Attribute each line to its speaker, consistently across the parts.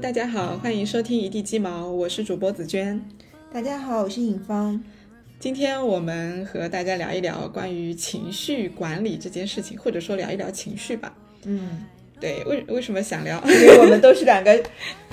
Speaker 1: 大家好，欢迎收听一地鸡毛，我是主播紫娟。
Speaker 2: 大家好，我是尹芳。
Speaker 1: 今天我们和大家聊一聊关于情绪管理这件事情，或者说聊一聊情绪吧。
Speaker 2: 嗯，
Speaker 1: 对，为为什么想聊？
Speaker 2: 因为我们都是两个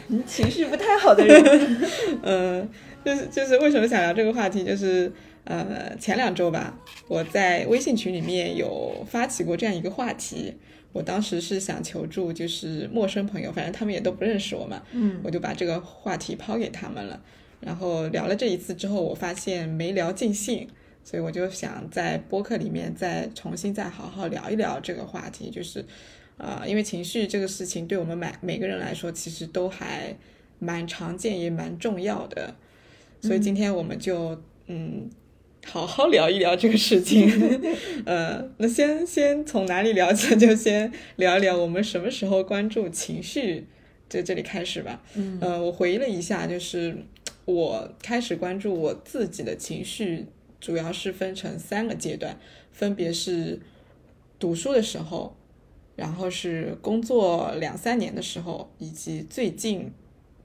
Speaker 2: 嗯情绪不太好的人。
Speaker 1: 呃，就是就是为什么想聊这个话题，就是呃前两周吧，我在微信群里面有发起过这样一个话题。我当时是想求助，就是陌生朋友，反正他们也都不认识我嘛，
Speaker 2: 嗯，
Speaker 1: 我就把这个话题抛给他们了。然后聊了这一次之后，我发现没聊尽兴，所以我就想在播客里面再重新再好好聊一聊这个话题，就是，呃，因为情绪这个事情对我们每每个人来说，其实都还蛮常见，也蛮重要的，所以今天我们就嗯好好聊一聊这个事情。呃，那先先从哪里聊起？就先聊一聊我们什么时候关注情绪，就这里开始吧。嗯，呃，我回忆了一下，就是我开始关注我自己的情绪，主要是分成三个阶段，分别是读书的时候，然后是工作两三年的时候，以及最近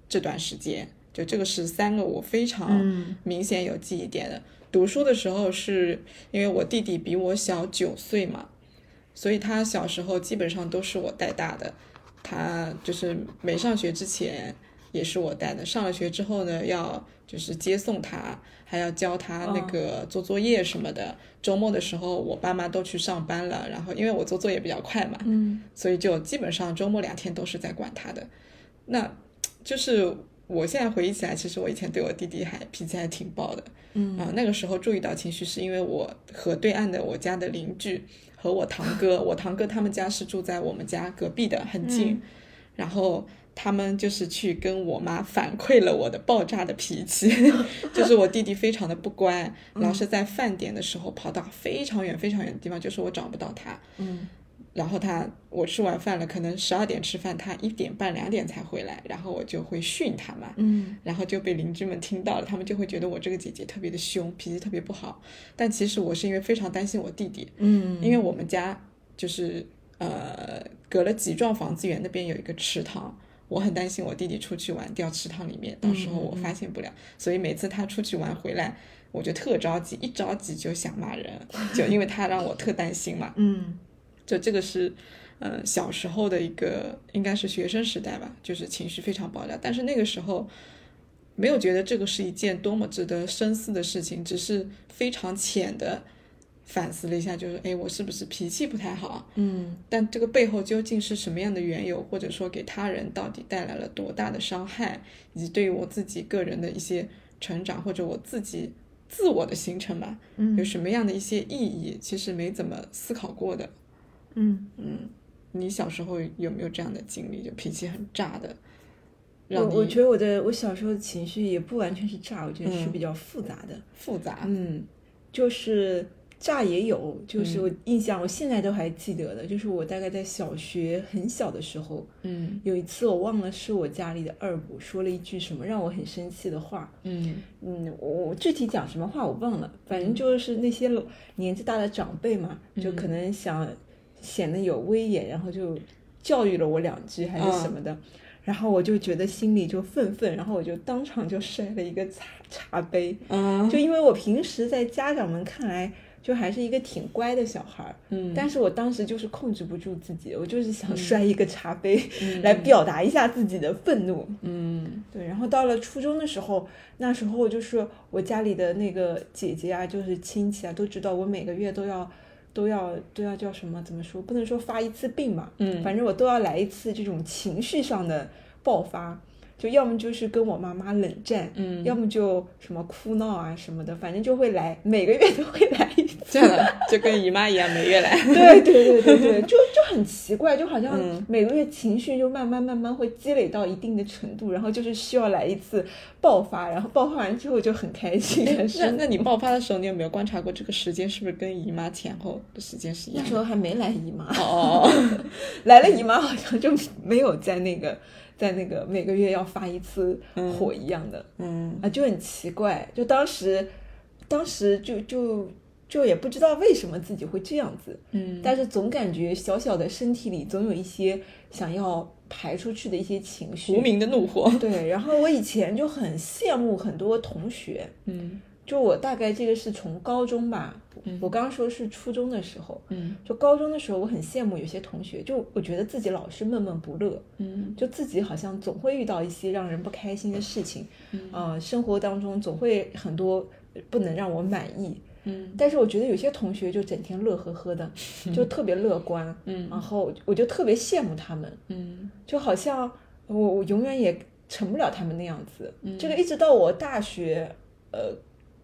Speaker 1: 这段时间。就这个是三个我非常
Speaker 2: 嗯
Speaker 1: 明显有记忆点的。读书的时候是因为我弟弟比我小九岁嘛，所以他小时候基本上都是我带大的。他就是没上学之前也是我带的，上了学之后呢，要就是接送他，还要教他那个做作业什么的。周末的时候，我爸妈都去上班了，然后因为我做作业比较快嘛，
Speaker 2: 嗯
Speaker 1: 所以就基本上周末两天都是在管他的。那就是我现在回忆起来，其实我以前对我弟弟还脾气还挺暴的，
Speaker 2: 嗯
Speaker 1: 啊、那个时候注意到情绪，是因为我和对岸的我家的邻居和我堂哥，我堂哥他们家是住在我们家隔壁的，很近，然后。他们就是去跟我妈反馈了我的爆炸的脾气，就是我弟弟非常的不乖，老是在饭点的时候跑到非常远非常远的地方，就是我找不到他，
Speaker 2: 嗯
Speaker 1: 然后他我吃完饭了，可能十二点吃饭，他一点半两点才回来，然后我就会训他嘛，
Speaker 2: 嗯
Speaker 1: 然后就被邻居们听到了，他们就会觉得我这个姐姐特别的凶，脾气特别不好。但其实我是因为非常担心我弟弟，
Speaker 2: 嗯
Speaker 1: 因为我们家就是呃隔了几幢房子远那边有一个池塘，我很担心我弟弟出去玩掉池塘里面，到时候我发现不了，所以每次他出去玩回来，我就特着急，一着急就想骂人，就因为他让我特担心嘛。
Speaker 2: 嗯
Speaker 1: 就这个是，呃，小时候的一个，应该是学生时代吧，就是情绪非常爆炸。但是那个时候没有觉得这个是一件多么值得深思的事情，只是非常浅的反思了一下，就是哎，我是不是脾气不太好？
Speaker 2: 嗯
Speaker 1: 但这个背后究竟是什么样的缘由，或者说给他人到底带来了多大的伤害，以及对于我自己个人的一些成长，或者我自己自我的形成吧，有
Speaker 2: 嗯
Speaker 1: 什么样的一些意义，其实没怎么思考过的。
Speaker 2: 嗯，
Speaker 1: 你小时候有没有这样的经历？就脾气很炸的，
Speaker 2: 我
Speaker 1: 让
Speaker 2: 我
Speaker 1: 你
Speaker 2: 觉得我的我小时候的情绪也不完全是炸，我觉得是
Speaker 1: 嗯
Speaker 2: 比较复杂的。
Speaker 1: 复杂。
Speaker 2: 嗯，就是炸也有，就是我印象我现在都还记得的，就是我大概在小学很小的时候，
Speaker 1: 嗯
Speaker 2: 有一次我忘了是我家里的二姑说了一句什么让我很生气的话，
Speaker 1: 嗯
Speaker 2: 嗯，我我具体讲什么话我忘了，反正就是那些老年纪大的长辈嘛，就
Speaker 1: 嗯
Speaker 2: 可能想显得有威严，然后就教育了我两句还是什
Speaker 1: 嗯
Speaker 2: 么的，然后我就觉得心里就愤愤，然后我就当场就摔了一个茶茶杯，
Speaker 1: 啊
Speaker 2: 就因为我平时在家长们看来就还是一个挺乖的小孩儿，
Speaker 1: 嗯
Speaker 2: 但是我当时就是控制不住自己，我就是想摔一个茶杯、
Speaker 1: 嗯
Speaker 2: 来表达一下自己的愤怒。
Speaker 1: 嗯
Speaker 2: 对，然后到了初中的时候，那时候就是我家里的那个姐姐啊，就是亲戚啊，都知道我每个月都要都要都要叫什么？怎么说？不能说发一次病嘛，
Speaker 1: 嗯
Speaker 2: 反正我都要来一次这种情绪上的爆发，就要么就是跟我妈妈冷战，
Speaker 1: 嗯，
Speaker 2: 要么就什么哭闹啊什么的，反正就会来，每个月都会来一次。
Speaker 1: 这样的就跟姨妈一样，每月来。
Speaker 2: 对对对对对，就就很奇怪，就好像
Speaker 1: 嗯
Speaker 2: 每个月情绪就慢慢慢慢会积累到一定的程度，然后就是需要来一次爆发，然后爆发完之后就很开心。但
Speaker 1: 那
Speaker 2: 是
Speaker 1: 那你爆发的时候，你有没有观察过这个时间是不是跟姨妈前后的时间是一
Speaker 2: 那
Speaker 1: 样
Speaker 2: 时
Speaker 1: 的？
Speaker 2: 候还没来姨妈，
Speaker 1: 哦哦
Speaker 2: 来了姨妈好像就没有在那个在那个每个月要发一次火一样的、
Speaker 1: 嗯
Speaker 2: 啊，就很奇怪。就当时当时就就就也不知道为什么自己会这样子，
Speaker 1: 嗯
Speaker 2: 但是总感觉小小的身体里总有一些想要排出去的一些情绪。
Speaker 1: 无名的怒火，
Speaker 2: 对，然后我以前就很羡慕很多同学，
Speaker 1: 嗯
Speaker 2: 就我大概这个是从高中吧，
Speaker 1: 嗯
Speaker 2: 我刚刚说是初中的时候，
Speaker 1: 嗯
Speaker 2: 就高中的时候我很羡慕有些同学，就我觉得自己老是闷闷不乐，
Speaker 1: 嗯
Speaker 2: 就自己好像总会遇到一些让人不开心的事情，
Speaker 1: 嗯
Speaker 2: 呃，生活当中总会很多呃不能让我满意，
Speaker 1: 嗯
Speaker 2: 但是我觉得有些同学就整天乐呵呵的，就特别乐观，然
Speaker 1: 嗯
Speaker 2: 后我就特别羡慕他们，
Speaker 1: 嗯
Speaker 2: 就好像我我永远也成不了他们那样子。
Speaker 1: 嗯
Speaker 2: 这个一直到我大学，呃，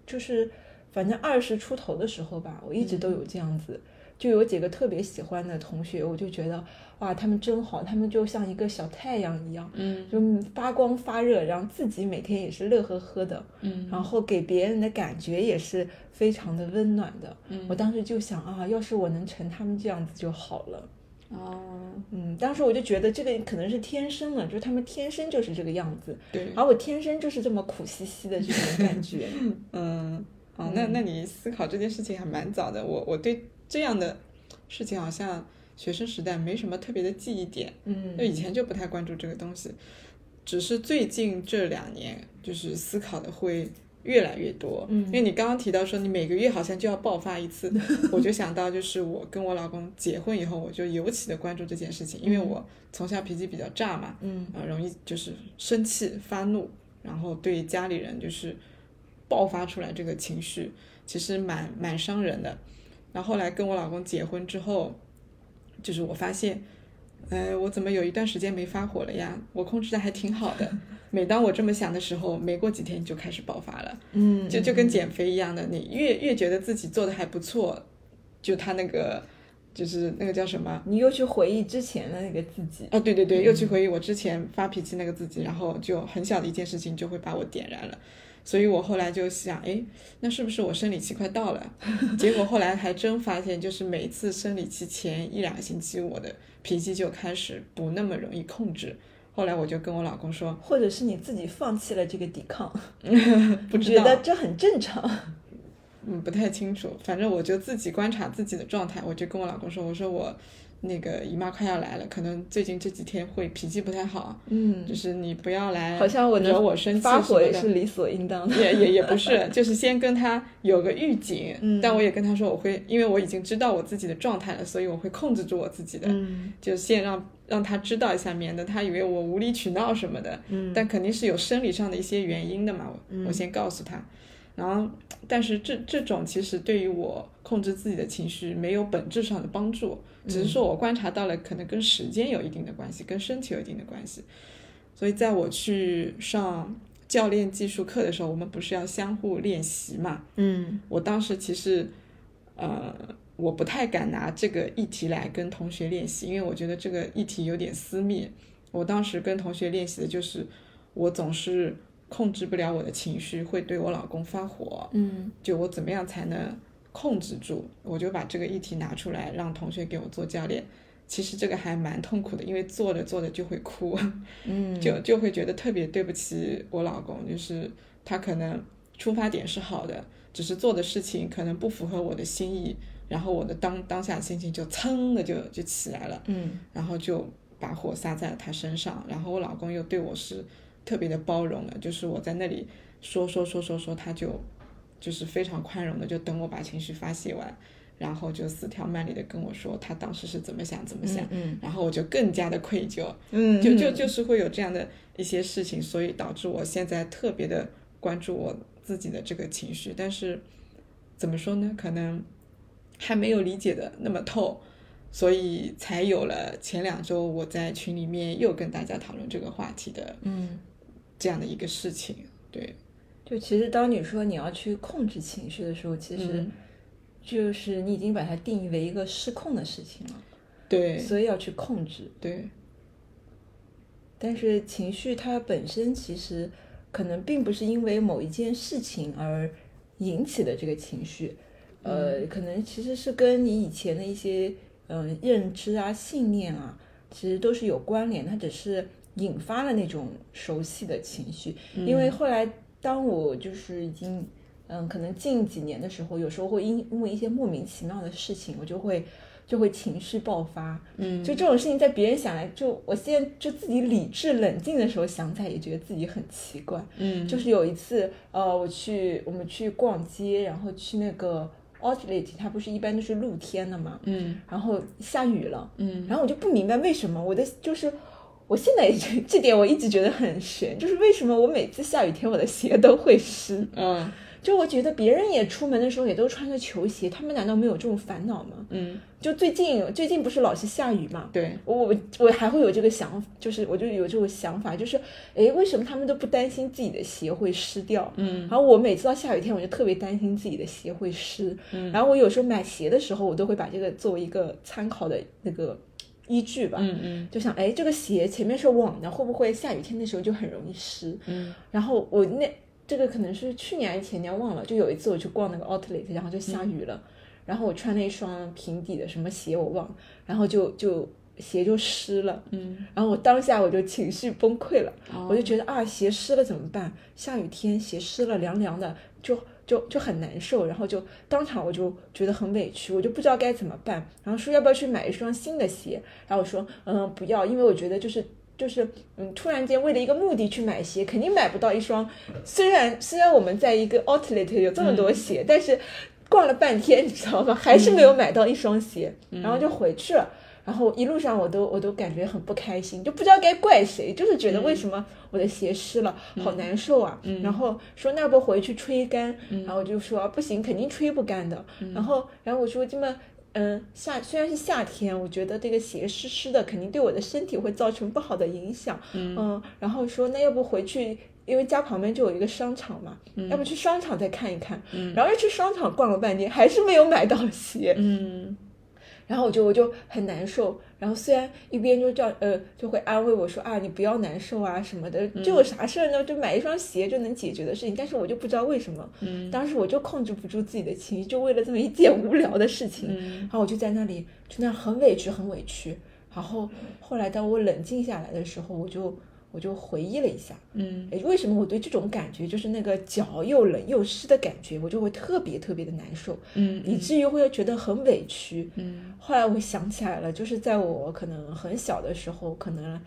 Speaker 2: 就是反正二十出头的时候吧，我一
Speaker 1: 嗯
Speaker 2: 直都有这样子。就有几个特别喜欢的同学，我就觉得哇，他们真好，他们就像一个小太阳一样，
Speaker 1: 嗯
Speaker 2: 就发光发热，然后自己每天也是乐呵呵的，
Speaker 1: 嗯
Speaker 2: 然后给别人的感觉也是非常的温暖的。
Speaker 1: 嗯
Speaker 2: 我当时就想啊，要是我能成他们这样子就好了。
Speaker 1: 哦，
Speaker 2: 嗯，当时我就觉得这个可能是天生的，就是他们天生就是这个样子，
Speaker 1: 对，
Speaker 2: 而我天生就是这么苦兮兮的这种 感觉。
Speaker 1: 嗯，哦，那那你思考这件事情还蛮早的，我我对这样的事情好像学生时代没什么特别的记忆点，就
Speaker 2: 嗯
Speaker 1: 以前就不太关注这个东西，只是最近这两年就是思考的会越来越多，
Speaker 2: 嗯
Speaker 1: 因为你刚刚提到说你每个月好像就要爆发一 次，我就想到就是我跟我老公结婚以后，我就尤其的关注这件事情，因为我从小脾气比较炸嘛，
Speaker 2: 嗯
Speaker 1: 呃，容易就是生气发怒，然后对家里人就是爆发出来这个情绪，其实蛮蛮伤人的。然后后来跟我老公结婚之后，就是我发现，哎，我怎么有一段时间没发火了呀？我控制的还挺好的。每当我这么想的时候，没过几天就开始爆发了，
Speaker 2: 嗯，
Speaker 1: 就就跟减肥一样的，你越越觉得自己做的还不错，就他那个就是那个叫什么？
Speaker 2: 你又去回忆之前的那个自己。
Speaker 1: 啊，对对对，又
Speaker 2: 嗯
Speaker 1: 去回忆我之前发脾气那个自己，然后就很小的一件事情就会把我点燃了，所以我后来就想，哎，那是不是我生理期快到了？ 结果后来还真发现，就是每次生理期前一两个星期，我的脾气就开始不那么容易控制。后来我就跟我老公 说，
Speaker 2: 或者是你自己放弃了这个抵抗，
Speaker 1: 不知
Speaker 2: 觉
Speaker 1: 道，
Speaker 2: 得这很正常。
Speaker 1: 嗯，不太清楚，反正我就自己观察自己的状态，我就跟我老公说，我说我那个姨妈快要来了，可能最近这几天会脾气不太好，
Speaker 2: 嗯，
Speaker 1: 就是你不要来
Speaker 2: 好像我能
Speaker 1: 哎惹我生气
Speaker 2: 发
Speaker 1: 什
Speaker 2: 火
Speaker 1: 么
Speaker 2: 也
Speaker 1: 的
Speaker 2: 是理所应当的。
Speaker 1: 也也也不是，就是先跟他有个预警，
Speaker 2: 嗯
Speaker 1: 但我也跟他说我会，因为我已经知道我自己的状态了，所以我会控制住我自己的，
Speaker 2: 嗯
Speaker 1: 就先让让他知道一下，免得他以为我无理取闹什么的。
Speaker 2: 嗯
Speaker 1: 但肯定是有生理上的一些原因的嘛，我、
Speaker 2: 嗯
Speaker 1: 我先告诉他。然后，但是这这种其实对于我控制自己的情绪没有本质上的帮助，
Speaker 2: 嗯
Speaker 1: 只是说我观察到了，可能跟时间有一定的关系，跟身体有一定的关系。所以，在我去上教练技术课的时候，我们不是要相互练习嘛？
Speaker 2: 嗯
Speaker 1: 我当时其实，呃，我不太敢拿这个议题来跟同学练习，因为我觉得这个议题有点私密。我当时跟同学练习的就是，我总是控制不了我的情绪，会对我老公发火，
Speaker 2: 嗯
Speaker 1: 就我怎么样才能控制住？我就把这个议题拿出来，让同学给我做教练。其实这个还蛮痛苦的，因为做着做着就会哭。
Speaker 2: 嗯，
Speaker 1: 就就会觉得特别对不起我老公，就是他可能出发点是好的，只是做的事情可能不符合我的心意，然后我的当当下心情就噌的就就起来了，
Speaker 2: 嗯
Speaker 1: 然后就把火撒在了他身上，然后我老公又对我是特别的包容的，就是我在那里说说说说说，他就就是非常宽容的，就等我把情绪发泄完，然后就死条慢理的跟我说他当时是怎么想怎么想，
Speaker 2: 嗯
Speaker 1: 然后我就更加的愧 疚，
Speaker 2: 嗯
Speaker 1: 就就就是会有这样的一些事情，所以导致我现在特别的关注我自己的这个情绪，但是怎么说呢？可能还没有理解的那么透，所以才有了前两周我在群里面又跟大家讨论这个话题的
Speaker 2: 嗯。
Speaker 1: 这样的一个事情。对，
Speaker 2: 就其实，当你说你要去控制情绪的时候，其实
Speaker 1: 嗯
Speaker 2: 就是你已经把它定义为一个失控的事情了，
Speaker 1: 对
Speaker 2: 所以要去控制。
Speaker 1: 对，
Speaker 2: 但是情绪它本身其实可能并不是因为某一件事情而引起的这个情绪，呃，可能其实是跟你以前的一些嗯、呃认知啊、信念啊，其实都是有关联，它只是引发了那种熟悉的情绪。因为后来当我就是已经呃嗯，可能近几年的时候，有时候会因因为一些莫名其妙的事情，我就会就会情绪爆发。嗯，就这种事情在别人想来，就我现在就自己理智冷静的时候想起来，也觉得自己很奇怪。嗯，就是有一次，呃，我去我们去逛街，然后去那个 outlet，它不是一般都是露天的嘛。嗯，然后下雨了。嗯，然后我就不明白为什么我的就是。我现在也觉得这点我一直觉得很悬， 就是为什么我每次下雨天我的鞋都会湿？
Speaker 1: 嗯
Speaker 2: 就我觉得别人也出门的时候也都穿着球鞋，他们难道没有这种烦恼吗？
Speaker 1: 嗯，
Speaker 2: 就最近最近不是老是下雨嘛，
Speaker 1: 对，
Speaker 2: 我我我还会有这个想，就是我就有这种想法，就是诶，为什么他们都不担心自己的鞋会湿掉？嗯，然后我每次到下雨天，我就特别担心自己的鞋会湿。嗯，然后我有时候买鞋的时候，我都会把这个作为一个参考的那个依据吧。
Speaker 1: 嗯嗯
Speaker 2: 就想，哎，这个鞋前面是网的，会不会下雨天的时候就很容易湿？
Speaker 1: 嗯，
Speaker 2: 然后我那这个可能是去年还是前年忘了，就有一次我去逛那个 outlet，然后就
Speaker 1: 嗯
Speaker 2: 下雨了，然后我穿了一双平底的什么鞋我忘了，然后就就鞋就湿了，
Speaker 1: 嗯，
Speaker 2: 然后我当下我就情绪崩溃了，
Speaker 1: 哦
Speaker 2: 我就觉得啊，鞋湿了怎么办？下雨天鞋湿了凉凉的，就就就很难受，然后就当场我就觉得很委屈，我就不知道该怎么办。然后说要不要去买一双新的鞋？然后我说嗯不要，因为我觉得就是。就是，嗯，突然间为了一个目的去买鞋，肯定买不到一双。虽然虽然我们在一个 outlet 有这么多鞋，但是逛了半天，你知道吗？还是没有买到一双鞋，然后就回去了。然后一路上我都我都感觉很不开心，就不知道该怪谁，就是觉得为什么我的鞋湿了，好难受啊。然后说那要不回去吹干，然后我就说不行，肯定吹不干的。然后然后我说这么。嗯，夏虽然是夏天，我觉得这个鞋湿湿的，肯定对我的身体会造成不好的影响。嗯，然后说那要不回去，因为家旁边就有一个商场嘛，要不去商场再看一看。嗯，然后又去商场逛了半天，还是没有买到鞋。
Speaker 1: 嗯
Speaker 2: 然后我就我就很难受，然后虽然一边就叫呃就会安慰我说啊你不要难受啊什么的，
Speaker 1: 嗯
Speaker 2: 这有啥事儿呢？就买一双鞋就能解决的事情，但是我就不知道为什么，嗯，当时我就控制不住自己的情绪，就为了这么一件无聊的事情，
Speaker 1: 嗯
Speaker 2: 然后我就在那里就那儿很委屈很委屈，然后后来当我冷静下来的时候，我就我就回忆了一下，
Speaker 1: 嗯
Speaker 2: 诶为什么我对这种感觉，就是那个脚又冷又湿的感觉，我就会特别特别的难受，
Speaker 1: 嗯
Speaker 2: 以至于会觉得很委屈。
Speaker 1: 嗯，
Speaker 2: 后来我想起来了，就是在我可能很小的时候，可能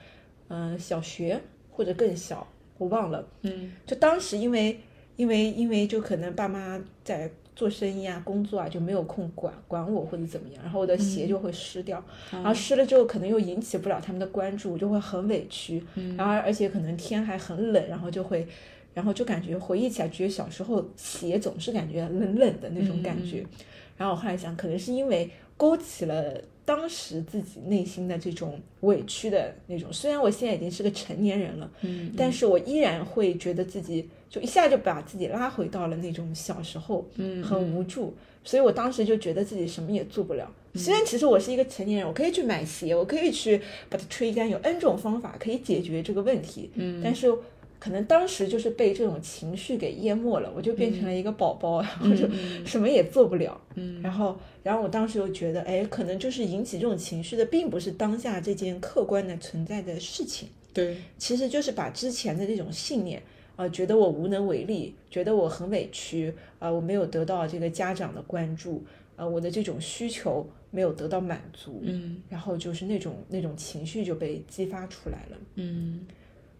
Speaker 2: 嗯、呃小学或者更小，我忘了。
Speaker 1: 嗯
Speaker 2: 就当时因为因为因为就可能爸妈在做生意啊、工作啊，就没有空管管我或者怎么样，然后我的鞋就会湿掉，然后湿了之后可能又引起不了他们的关注，我就会很委屈，然后而且可能天还很冷，然后就会。然后就感觉回忆起来，觉得小时候鞋总是感觉冷冷的那种感觉。然后我后来想，可能是因为勾起了当时自己内心的这种委屈的那种。虽然我现在已经是个成年人了，
Speaker 1: 嗯
Speaker 2: 但是我依然会觉得自己就一下就把自己拉回到了那种小时候，
Speaker 1: 嗯
Speaker 2: 很无助。所以我当时就觉得自己什么也做不了。
Speaker 1: 嗯
Speaker 2: 虽然其实我是一个成年人，我可以去买鞋，我可以去把它吹干，有 N 种方法可以解决这个问题。嗯，但是可能当时就是被这种情绪给淹没了，我就
Speaker 1: 嗯
Speaker 2: 变成了一个宝宝，然后就什么也做不了。嗯，然后，然后我当时又觉得，哎，可能就是引起这种情绪的，并不是当下这件客观的存在的事情。
Speaker 1: 对，
Speaker 2: 其实就是把之前的这种信念，呃，觉得我无能为力，觉得我很委屈，啊、我没有得到这个家长的关注，啊、我的这种需求没有得到满足，
Speaker 1: 嗯
Speaker 2: 然后就是那种那种情绪就被激发出来了。
Speaker 1: 嗯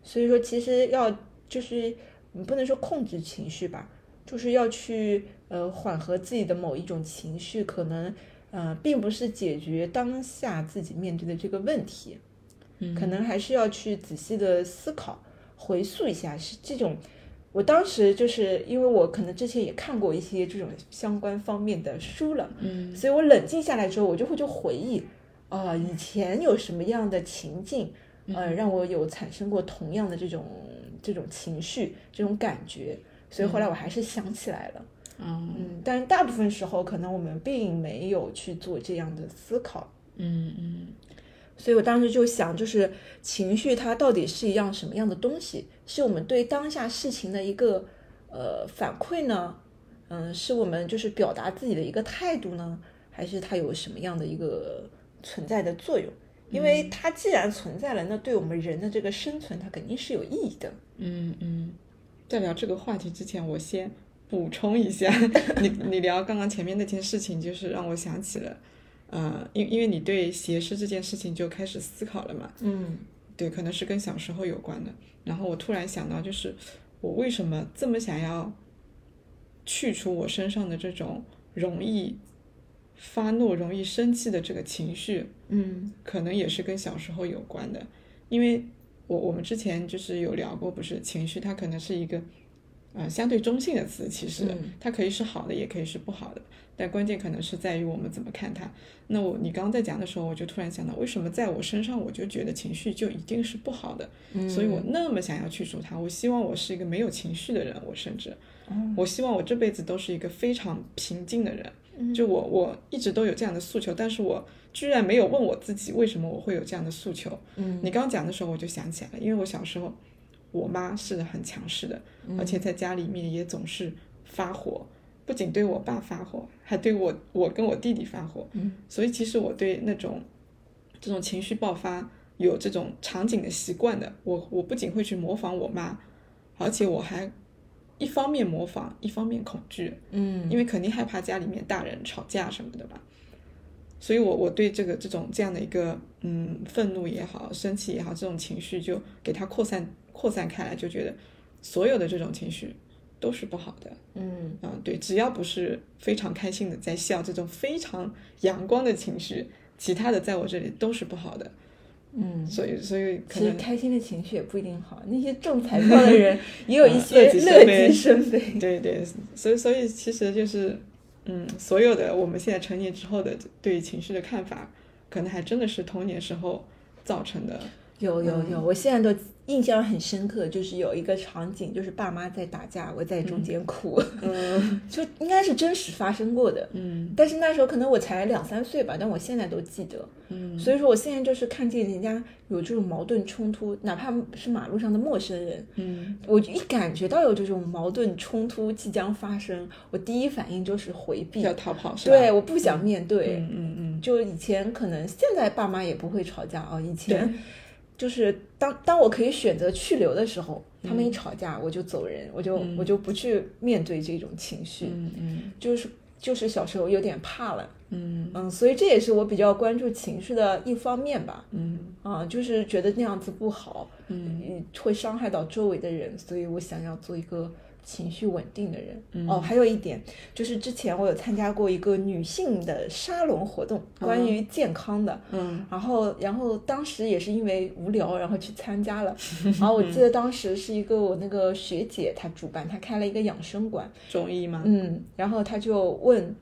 Speaker 2: 所以说，其实要就是你不能说控制情绪吧，就是要去呃缓和自己的某一种情绪，可能呃并不是解决当下自己面对的这个问题，
Speaker 1: 嗯
Speaker 2: 可能还是要去仔细的思考，回溯一下是这种。我当时就是因为我可能之前也看过一些这种相关方面的书了，
Speaker 1: 嗯
Speaker 2: 所以我冷静下来之后，我就会去回忆，啊，以前有什么样的情境，
Speaker 1: 嗯
Speaker 2: 呃，让我有产生过同样的这种这种情绪、这种感觉，所以后来
Speaker 1: 嗯
Speaker 2: 我还是想起来了，
Speaker 1: 哦
Speaker 2: 嗯，但大部分时候可能我们并没有去做这样的思考，
Speaker 1: 嗯嗯
Speaker 2: 所以我当时就想，就是情绪它到底是一样什么样的东西？是我们对当下事情的一个呃反馈呢？嗯，是我们就是表达自己的一个态度呢？还是它有什么样的一个存在的作用？因
Speaker 1: 嗯
Speaker 2: 为它既然存在了，那对我们人的这个生存，它肯定是有意义的。
Speaker 1: 嗯嗯，在聊这个话题之前，我先 补充一下，你你聊刚刚前面那件事情，就是让我想起了，呃，因因为你对斜视这件事情就开始思考了嘛，
Speaker 2: 嗯
Speaker 1: 对，可能是跟小时候有关的。然后我突然想到，就是我为什么这么想要去除我身上的这种容易发怒、容易生气的这个情绪，
Speaker 2: 嗯
Speaker 1: 可能也是跟小时候有关的，因为我我们之前就是有聊过，不是情绪它可能是一个，呃，相对中性的词，其实
Speaker 2: 嗯
Speaker 1: 它可以是好的，也可以是不好的，但关键可能是在于我们怎么看它。那我你刚刚在讲的时候，我就突然想到，为什么在我身上我就觉得情绪就一定是不好的，
Speaker 2: 嗯
Speaker 1: 所以我那么想要去除它，我希望我是一个没有情绪的人，我甚至
Speaker 2: 哦，
Speaker 1: 我希望我这辈子都是一个非常平静的人。
Speaker 2: 嗯
Speaker 1: 就我我一直都有这样的诉求，但是我居然没有问我自己为什么我会有这样的诉求。
Speaker 2: 嗯
Speaker 1: 你刚讲的时候我就想起来了，因为我小时候我妈是很强势的，
Speaker 2: 嗯
Speaker 1: 而且在家里面也总是发火，不仅对我爸发火，还对我我跟我弟弟发火。
Speaker 2: 嗯
Speaker 1: 所以其实我对那种这种情绪爆发有这种场景的习惯的，我我不仅会去模仿我妈，而且我还一方面模仿，一方面恐惧。
Speaker 2: 嗯
Speaker 1: 因为肯定害怕家里面大人吵架什么的吧。所以我我对这个这种这样的一个嗯愤怒也好，生气也好，这种情绪就给它扩散扩散开来，就觉得所有的这种情绪都是不好的。
Speaker 2: 嗯
Speaker 1: 嗯，对，只要不是非常开心的在笑，这种非常阳光的情绪，其他的在我这里都是不好的。
Speaker 2: 嗯。
Speaker 1: 所以所以可
Speaker 2: 其实
Speaker 1: 能
Speaker 2: 开心的情绪也不一定好，那些 中彩票的人也有一
Speaker 1: 嗯
Speaker 2: 些
Speaker 1: 乐极生
Speaker 2: 乐
Speaker 1: 悲
Speaker 2: 极生悲。
Speaker 1: 对对，所以所以其实就是，嗯，所有的我们现在成年之后的对情绪的看法，可能还真的是童年时候造成 的。
Speaker 2: 有有
Speaker 1: 嗯
Speaker 2: 有，我现在都印象很深刻，就是有一个场景，就是爸妈在打架，我在中间哭，
Speaker 1: 嗯
Speaker 2: 就应该是真实发生过的。
Speaker 1: 嗯
Speaker 2: 但是那时候可能我才两三岁吧，但我现在都记得。
Speaker 1: 嗯
Speaker 2: 所以说我现在就是看见人家有这种矛盾冲突，哪怕是马路上的陌生人，
Speaker 1: 嗯
Speaker 2: 我一感觉到有这种矛盾冲突即将发生，我第一反应就是回避
Speaker 1: 要，逃跑是吧？
Speaker 2: 对，我不想面对。
Speaker 1: 嗯嗯嗯
Speaker 2: 就以前可能现在爸妈也不会吵架啊、以前
Speaker 1: 对
Speaker 2: 就是当当我可以选择去留的时候，他
Speaker 1: 嗯
Speaker 2: 们一吵架我就走人，我就、我就不去面对这种情绪，
Speaker 1: 嗯嗯
Speaker 2: 就是就是小时候有点怕了，
Speaker 1: 嗯
Speaker 2: 嗯，所以这也是我比较关注情绪的一方面吧，
Speaker 1: 嗯
Speaker 2: 啊、就是觉得那样子不好，
Speaker 1: 嗯
Speaker 2: 嗯，会伤害到周围的人，所以我想要做一个情绪稳定的人。
Speaker 1: 嗯
Speaker 2: 哦，还有一点就是之前我有参加过一个女性的沙龙活动，关于健康的。
Speaker 1: 嗯
Speaker 2: 然后，然后当时也是因为无聊，然后去参 加了。然后我记得当时是一个我那个学姐，她主办，她开了一个养生馆。
Speaker 1: 中医吗？
Speaker 2: 嗯，然后她就问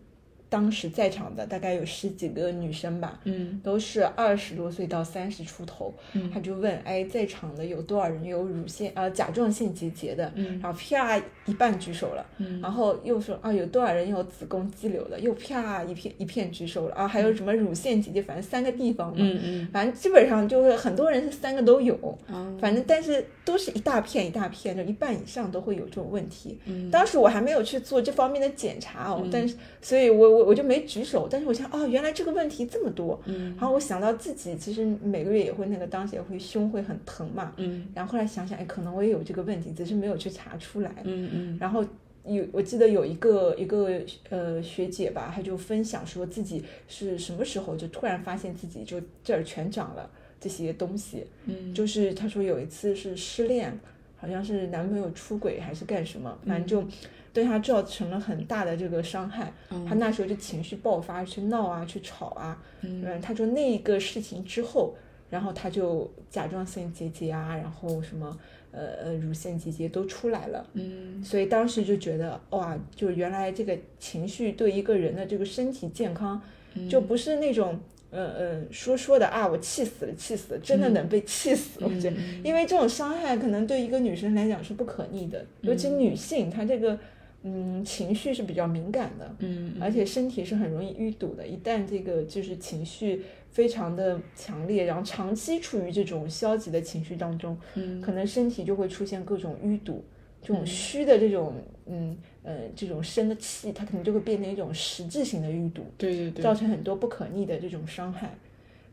Speaker 2: 当时在场的大概有十几个女生吧，
Speaker 1: 嗯
Speaker 2: 都是二十多岁到三十出头，
Speaker 1: 嗯
Speaker 2: 他就问，哎，在场的有多少人有乳腺呃甲状腺结节的？
Speaker 1: 嗯
Speaker 2: 然后啪一半举手了，
Speaker 1: 嗯
Speaker 2: 然后又说啊有多少人有子宫肌瘤的？又啪一片一片举手了啊，还有什么乳腺结节，反正三个地方嘛，
Speaker 1: 嗯
Speaker 2: 反正基本上就是很多人是三个都有，
Speaker 1: 嗯啊
Speaker 2: 反正但是都是一大片一大片，就一半以上都会有这种问题。
Speaker 1: 嗯
Speaker 2: 当时我还没有去做这方面的检查哦，但是所以我我我就没举手，但是我想哦，原来这个问题这么多，
Speaker 1: 嗯
Speaker 2: 然后我想到自己其实每个月也会那个，当时也会胸会很疼嘛，
Speaker 1: 嗯
Speaker 2: 然后后来想想，哎，可能我也有这个问题，只是没有去查出来。
Speaker 1: 嗯嗯
Speaker 2: 然后有我记得有一个一个呃学姐吧，她就分享说自己是什么时候就突然发现自己就这儿全长了这些东西，
Speaker 1: 嗯
Speaker 2: 就是她说有一次是失恋，好像是男朋友出轨还是干什么，反正
Speaker 1: 嗯
Speaker 2: 就对她造成了很大的这个伤害。她那时候就情绪爆发，去闹啊，去吵啊。嗯，她说那一个事情之后，然后她就甲状腺结节啊，然后什么呃呃乳腺结节都出来了。
Speaker 1: 嗯
Speaker 2: 所以当时就觉得哇，就原来这个情绪对一个人的这个身体健康，就不是那种呃呃说说的啊，我气死了，气死了，真的能被气死，我觉得，因为这种伤害可能对一个女生来讲是不可逆的，尤其女性她这个嗯情绪是比较敏感的，
Speaker 1: 嗯
Speaker 2: 而且身体是很容易淤堵的，一旦这个就是情绪非常的强烈，然后长期处于这种消极的情绪当中，
Speaker 1: 嗯
Speaker 2: 可能身体就会出现各种淤堵，这种虚的这种嗯呃这种生的气，它可能就会变成一种实质性的淤堵，
Speaker 1: 对对对
Speaker 2: 造成很多不可逆的这种伤害。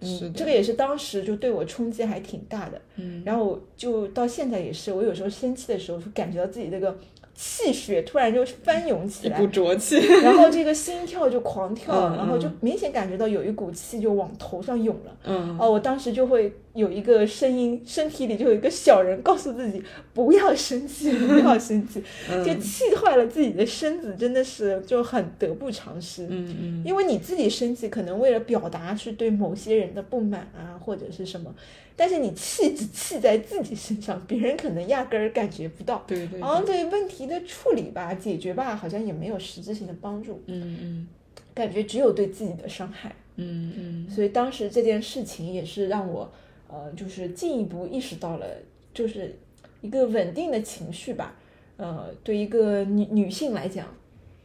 Speaker 1: 是
Speaker 2: 嗯，
Speaker 1: 的
Speaker 2: 这个也是当时就对我冲击还挺大的。
Speaker 1: 嗯
Speaker 2: 然后我就到现在也是，我有时候生气的时候，就感觉到自己这个气血突然就翻涌起
Speaker 1: 一
Speaker 2: 来，
Speaker 1: 股浊气，
Speaker 2: 然后这个心跳就狂跳，
Speaker 1: 嗯
Speaker 2: 然后就
Speaker 1: 嗯
Speaker 2: 明显感觉到有一股气就往头上涌了。
Speaker 1: 嗯，
Speaker 2: 哦，我当时就会有一个声音，身体里就有一个小人告诉自己不要生气，不要生气，就
Speaker 1: 嗯
Speaker 2: 气坏了自己的身子，真的是就很得不偿失。
Speaker 1: 嗯嗯
Speaker 2: 因为你自己生气，可能为了表达是对某些人的不满啊，或者是什么，但是你气只气在自己身上，别人可能压根儿感觉不到。
Speaker 1: 对对对，
Speaker 2: 然后对问题的处理吧、解决吧，好像也没有实质性的帮助，
Speaker 1: 嗯嗯
Speaker 2: 感觉只有对自己的伤害。
Speaker 1: 嗯嗯
Speaker 2: 所以当时这件事情也是让我，呃，就是进一步意识到了，就是一个稳定的情绪吧，呃，对一个女女性来讲，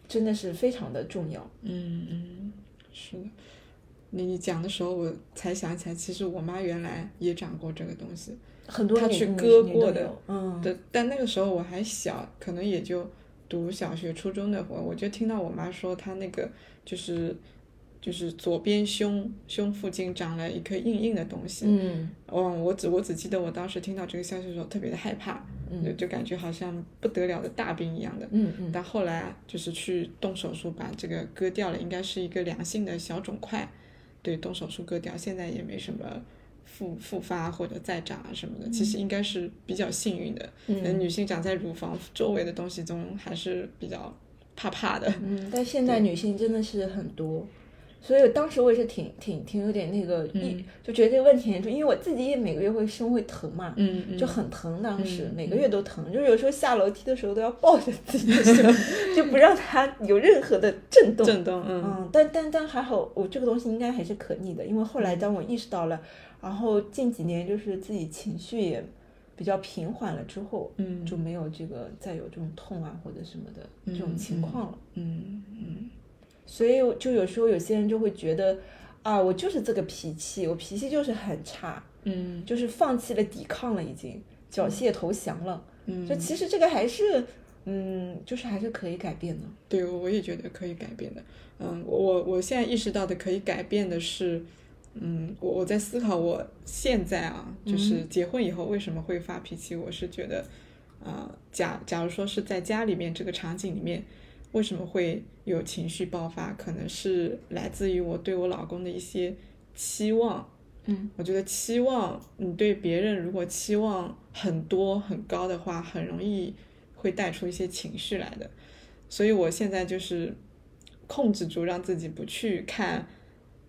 Speaker 2: 真的是非常的重要。
Speaker 1: 嗯嗯，是的。你你讲的时候，我才想起来，其实我妈原来也长过这个东西，
Speaker 2: 很多
Speaker 1: 她
Speaker 2: 女
Speaker 1: 去
Speaker 2: 女
Speaker 1: 割
Speaker 2: 女
Speaker 1: 过
Speaker 2: 都
Speaker 1: 的
Speaker 2: 有，嗯，
Speaker 1: 对，但那个时候我还小，可能也就读小学、初中那会儿，我就听到我妈说她那个就是就是左边胸胸附近长了一颗硬硬的东西。
Speaker 2: 嗯
Speaker 1: 嗯，我只我只记得我当时听到这个消息的时候特别的害怕，就
Speaker 2: 嗯
Speaker 1: 就感觉好像不得了的大病一样的。
Speaker 2: 嗯嗯
Speaker 1: 但后来啊，就是去动手术把这个割掉了，应该是一个良性的小肿块，对，动手术割掉，现在也没什么复复发或者再长啊什么的，其实应该是比较幸运的。可能
Speaker 2: 嗯
Speaker 1: 女性长在乳房周围的东西中还是比较怕怕的。
Speaker 2: 嗯，但现在女性真的是很多。所以当时我也是挺挺挺有点那个，一、就觉得这个问题很重，因为我自己也每个月会胸会疼嘛，
Speaker 1: 嗯嗯，
Speaker 2: 就很疼，当时、
Speaker 1: 嗯
Speaker 2: 每个月都疼，就是有时候下楼梯的时候都要抱着自己的手， 就不让它有任何的震 动。
Speaker 1: 震动，嗯
Speaker 2: 嗯，但但但还好，我这个东西应该还是可逆的，因为后
Speaker 1: 嗯
Speaker 2: 来当我意识到了，然后近几年就是自己情绪也比较平缓了之后，
Speaker 1: 嗯
Speaker 2: 就没有这个再有这种痛啊或者什么的这种
Speaker 1: 嗯
Speaker 2: 情
Speaker 1: 嗯
Speaker 2: 况了。
Speaker 1: 嗯嗯
Speaker 2: 所以我就有时候有些人就会觉得，啊，我就是这个脾气，我脾气就是很差，
Speaker 1: 嗯
Speaker 2: 就是放弃了抵抗了，已经缴械投降了。
Speaker 1: 嗯，
Speaker 2: 就其实这个还是，嗯，就是还是可以改变的。
Speaker 1: 对，我也觉得可以改变的。嗯，我我我现在意识到的可以改变的是，嗯，我我在思考我现在啊，就是结婚以后为什么会发脾气，我是觉得，啊、假假如说是在家里面这个场景里面，为什么会有情绪爆发，可能是来自于我对我老公的一些期望。
Speaker 2: 嗯，
Speaker 1: 我觉得期望你对别人如果期望很多很高的话，很容易会带出一些情绪来的。所以我现在就是控制住，让自己不去看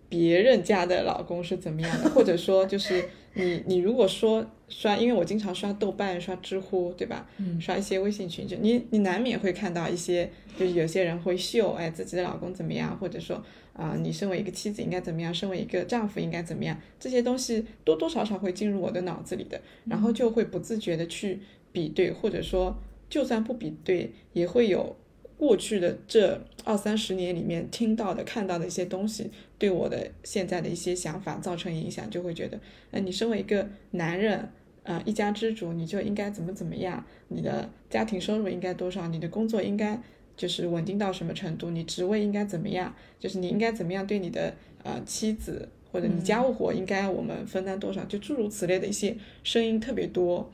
Speaker 1: 别人家的老公是怎么样的，或者说就是你你如果说刷，因为我经常刷豆瓣、刷知乎，对吧？
Speaker 2: 嗯
Speaker 1: 刷一些微信群，就你你难免会看到一些，就是有些人会秀，哎，自己的老公怎么样，或者说啊、你身为一个妻子应该怎么样，身为一个丈夫应该怎么样，这些东西多多少少会进入我的脑子里的，然后就会不自觉的去比对，或者说就算不比对，也会有过去的这二三十年里面听到的、看到的一些东西，对我的现在的一些想法造成影响，就会觉得，呃，你身为一个男人，啊、一家之主，你就应该怎么怎么样，你的家庭收入应该多少，你的工作应该就是稳定到什么程度，你职位应该怎么样，就是你应该怎么样对你的呃妻子。或者你家务活应该我们分担多少，就诸如此类的一些声音特别多。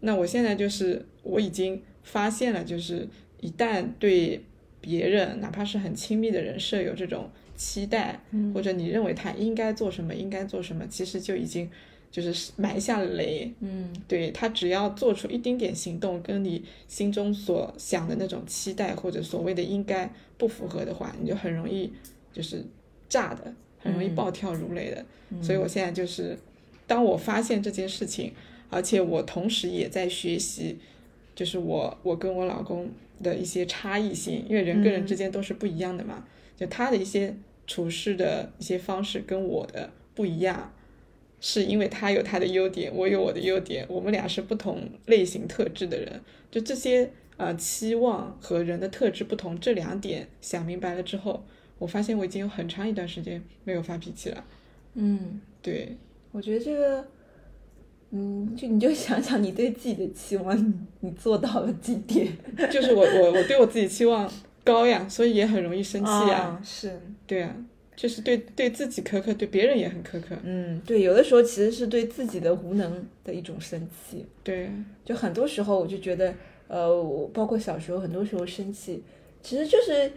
Speaker 1: 那我现在就是我已经发现了，就是一旦对别人，哪怕是很亲密的人设有这种期待，或者你认为他应该做什么，应该做什么，其实就已经就是埋下了雷。
Speaker 2: 嗯
Speaker 1: 对他只要做出一丁点行动，跟你心中所想的那种期待或者所谓的应该不符合的话，你就很容易就是炸的，很容易暴跳如雷的。所以我现在就是，当我发现这件事情，而且我同时也在学习，就是我我跟我老公的一些差异性，因为人跟人之间都是不一样的嘛，就他的一些处事的一些方式跟我的不一样。是因为他有他的优点，我有我的优点，我们俩是不同类型特质的人。就这些呃期望和人的特质不同，这两点想明白了之后，我发现我已经有很长一段时间没有发脾气了。
Speaker 2: 嗯，
Speaker 1: 对，
Speaker 2: 我觉得这个，嗯，就你就想想你对自己的期望，你你做到了几点？
Speaker 1: 就是我我我对我自己期望高呀，所以也很容易生气呀。
Speaker 2: 啊，是，
Speaker 1: 对啊，就是对对自己苛刻，对别人也很苛刻。
Speaker 2: 嗯，对，有的时候其实是对自己的无能的一种生气。
Speaker 1: 对，
Speaker 2: 就很多时候我就觉得，呃，我包括小时候很多时候生气，其实就是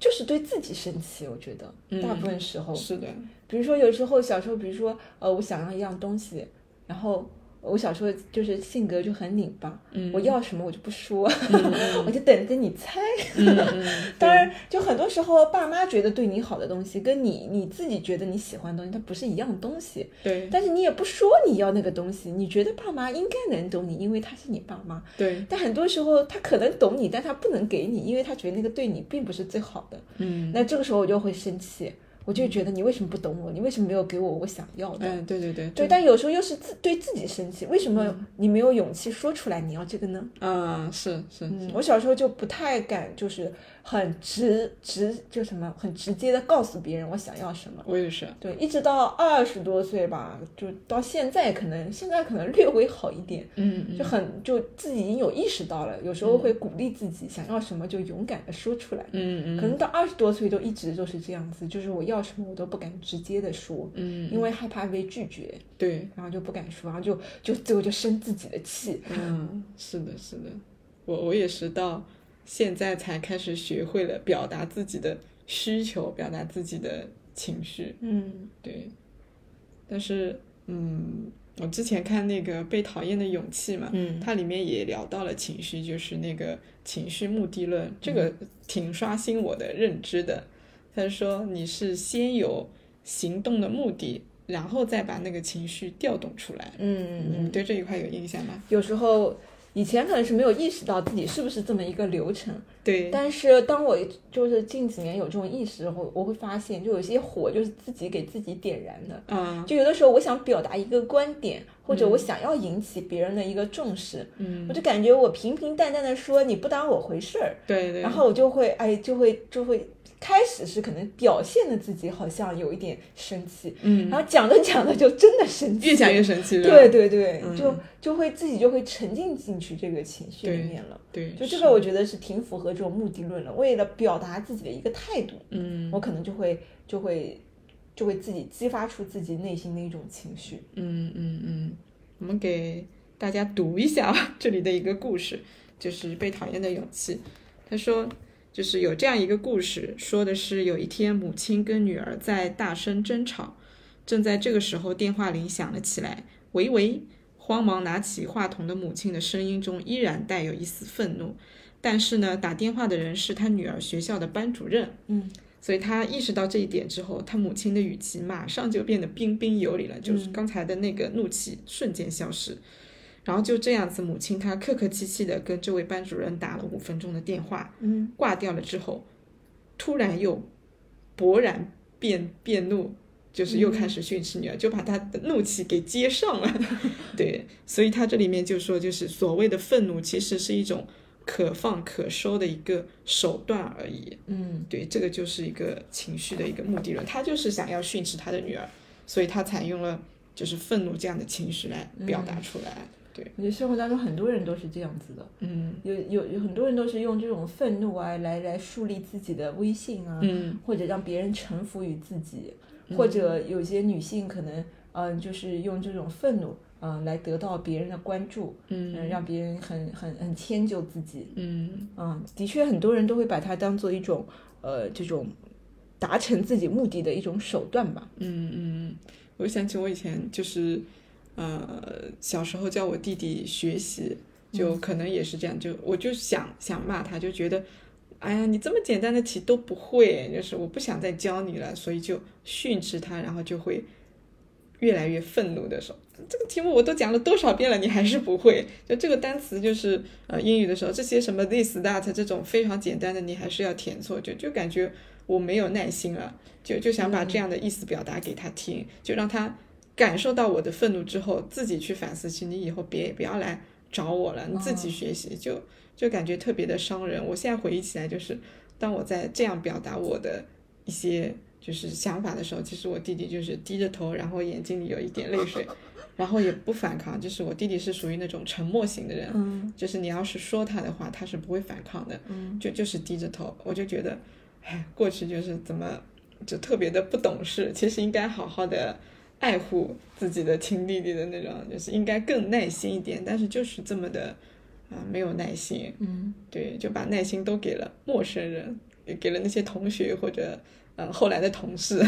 Speaker 2: 就是对自己生气，我觉得、大部分时候，
Speaker 1: 是的，
Speaker 2: 比如说有时候小时候，比如说呃，我想要一样东西，然后我小时候就是性格就很拧巴，
Speaker 1: 嗯
Speaker 2: 我要什么我就不说， 我就等着你猜。
Speaker 1: 嗯
Speaker 2: 当然，就很多时候爸妈觉得对你好的东西，跟你你自己觉得你喜欢的东西，它不是一样的东西。
Speaker 1: 对
Speaker 2: 但是你也不说你要那个东西，你觉得爸妈应该能懂你，因为他是你爸妈。
Speaker 1: 对，
Speaker 2: 但很多时候他可能懂你，但他不能给你，因为他觉得那个对你并不是最好的。
Speaker 1: 嗯
Speaker 2: 那这个时候我就会生气，我就觉得你为什么不懂我？你为什么没有给我我想要的？
Speaker 1: 嗯，对对对，
Speaker 2: 对，但有时候又是自对自己生气，为什么你没有勇气说出来你要这个呢？
Speaker 1: 嗯，是是，
Speaker 2: 嗯，我小时候就不太敢，就是很直直就什么很直接的告诉别人我想要什么。
Speaker 1: 我也是，
Speaker 2: 对，一直到二十多岁吧，就到现在，可能现在可能略微好一点，
Speaker 1: 嗯
Speaker 2: 就很就自己已经有意识到了，有时候会鼓励自己，想要什么就勇敢的说出来。
Speaker 1: 嗯
Speaker 2: 可能到二十多岁都一直都是这样子，就是我要什么我都不敢直接的说，
Speaker 1: 嗯，
Speaker 2: 因为害怕被拒绝，
Speaker 1: 对，
Speaker 2: 然后就不敢说，然后就就最后就生自己的气。
Speaker 1: 嗯，是的，是的，我我也是到现在才开始学会了表达自己的需求，表达自己的情绪，
Speaker 2: 嗯
Speaker 1: 对，但是，嗯，我之前看那个《被讨厌的勇气》嘛，
Speaker 2: 嗯
Speaker 1: 它里面也聊到了情绪，就是那个情绪目的论，这个挺刷新我的认知的。他说你是先有行动的目的，然后再把那个情绪调动出来。
Speaker 2: 嗯
Speaker 1: 你对这一块有印象吗？
Speaker 2: 有时候以前可能是没有意识到自己是不是这么一个流程，
Speaker 1: 对，
Speaker 2: 但是当我就是近几年有这种意识后，我会发现，就有些火就是自己给自己点燃的。
Speaker 1: 啊，
Speaker 2: 就有的时候，我想表达一个观点，或者我想要引起别人的一个重视，
Speaker 1: 嗯，
Speaker 2: 我就感觉我平平淡淡的说你不当我回事儿，
Speaker 1: 对对
Speaker 2: 然，后我就会哎，就会就会开始是可能表现的自己好像有一点生气，
Speaker 1: 嗯，
Speaker 2: 然后讲着讲着就真的生气，
Speaker 1: 越讲越生气了。
Speaker 2: 对对对，
Speaker 1: 嗯
Speaker 2: 就就会自己就会沉浸进去这个情绪里
Speaker 1: 对
Speaker 2: 面了。
Speaker 1: 对，
Speaker 2: 就这
Speaker 1: 是
Speaker 2: 个，我觉得是挺符合这种目的论了。为了表达自己的一个态度，
Speaker 1: 嗯
Speaker 2: 我可能就会就会就会自己激发出自己内心的一种情绪。
Speaker 1: 嗯嗯嗯，我们给大家读一下 这里的一个故事，就是《被讨厌的勇气》。他说，就是有这样一个故事，说的是有一天母亲跟女儿在大声争吵，正在这个时候，电话铃响了起来，喂喂。慌忙拿起话筒的母亲的声音中依然带有一丝愤怒，但是呢，打电话的人是他女儿学校的班主任，
Speaker 2: 嗯
Speaker 1: 所以他意识到这一点之后，他母亲的语气马上就变得彬彬有礼了，就是刚才的那个怒气瞬间消失。然后就这样子，母亲她客客气气的跟这位班主任打了五分钟的电话，
Speaker 2: 嗯
Speaker 1: 挂掉了之后，突然又勃然变变怒，就是又开始训斥女儿，就把她的怒气给接上了。 对，所以他这里面就说，就是所谓的愤怒其实是一种可放可收的一个手段而已。
Speaker 2: 嗯
Speaker 1: 对，这个就是一个情绪的一个目的论，他就是想要训斥他的女儿，所以他采用了就是愤怒这样的情绪来表达出来。对，
Speaker 2: 我觉得生活当中很多人都是这样子的，
Speaker 1: 嗯
Speaker 2: 有有有很多人都是用这种愤怒啊来来树立自己的威信啊，
Speaker 1: 嗯
Speaker 2: 或者让别人臣服于自己，或者有些女性可能嗯、就是用这种愤怒嗯、来得到别人的关注，嗯，
Speaker 1: 嗯
Speaker 2: 让别人很很很迁就自己。
Speaker 1: 嗯，
Speaker 2: 嗯，的确，很多人都会把它当做一种呃这种达成自己目的的一种手段吧。
Speaker 1: 我就想起我以前就是，呃，小时候叫我弟弟学习，就可能也是这样，就我就想想骂他，就觉得。哎呀，你这么简单的题都不会，就是我不想再教你了，所以就训斥他，然后就会越来越愤怒的说，这个题目我都讲了多少遍了，你还是不会。就这个单词，就是呃英语的时候，这些什么 this that 这种非常简单的，你还是要填错，就就感觉我没有耐心了，就就想把这样的意思表达给他听，就让他感受到我的愤怒之后，自己去反思起，你以后别不要来找我了，你自己学习，就就感觉特别的伤人。我现在回忆起来，就是当我在这样表达我的一些。就是想法的时候，其实我弟弟就是低着头，然后眼睛里有一点泪水，然后也不反抗，就是我弟弟是属于那种沉默型的人，
Speaker 2: 嗯
Speaker 1: 就是你要是说他的话，他是不会反抗的，
Speaker 2: 嗯
Speaker 1: 就就是低着头。我就觉得，哎，过去就是怎么就特别的不懂事，其实应该好好的爱护自己的亲弟弟的那种，就是应该更耐心一点，但是就是这么的啊，没有耐心，
Speaker 2: 嗯，
Speaker 1: 对，就把耐心都给了陌生人，也给了那些同学或者嗯后来的同事，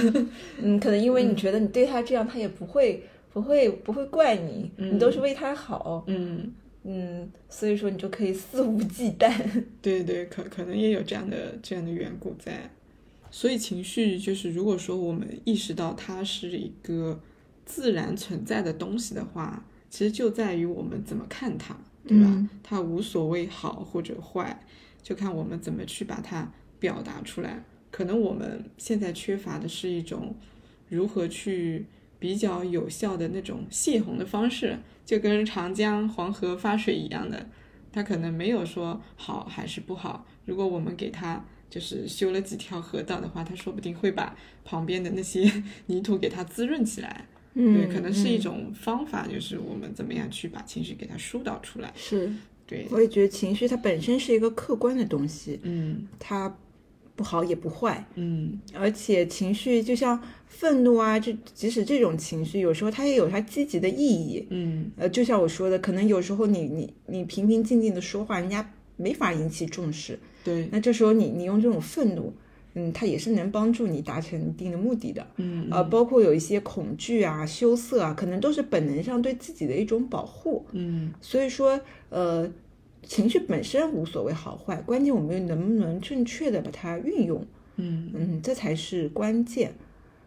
Speaker 2: 嗯，可能因为你觉得你对他这样，他也不会不会不会怪你，你都是为他好，
Speaker 1: 嗯，
Speaker 2: 嗯，所以说你就可以肆无忌惮。
Speaker 1: 对对，可可能也有这样的这样的缘故在，所以情绪就是如果说我们意识到它是一个自然存在的东西的话，其实就在于我们怎么看它，对吧？
Speaker 2: 嗯
Speaker 1: 它无所谓好或者坏，就看我们怎么去把它表达出来。可能我们现在缺乏的是一种如何去比较有效的那种泄洪的方式，就跟长江、黄河发水一样的，它可能没有说好还是不好。如果我们给它就是修了几条河道的话，它说不定会把旁边的那些 泥土给它滋润起来。
Speaker 2: 嗯
Speaker 1: 对，可能是一种方法，就是我们怎么样去把情绪给它疏导出来。
Speaker 2: 是，
Speaker 1: 对，
Speaker 2: 我也觉得情绪它本身是一个客观的东西，
Speaker 1: 嗯
Speaker 2: 它不好也不坏，
Speaker 1: 嗯
Speaker 2: 而且情绪就像愤怒啊，这即使这种情绪，有时候它也有它积极的意义。
Speaker 1: 嗯
Speaker 2: 呃，就像我说的，可能有时候你你你平平静静的说话，人家没法引起重视。
Speaker 1: 对，
Speaker 2: 那这时候你你用这种愤怒，嗯，它也是能帮助你达成一定的目的的。
Speaker 1: 嗯
Speaker 2: 呃，包括有一些恐惧啊、羞涩啊，可能都是本能上对自己的一种保护。
Speaker 1: 嗯
Speaker 2: 所以说，呃，情绪本身无所谓好坏，关键我们能不能正确的把它运用。
Speaker 1: 嗯
Speaker 2: 嗯，这才是关键。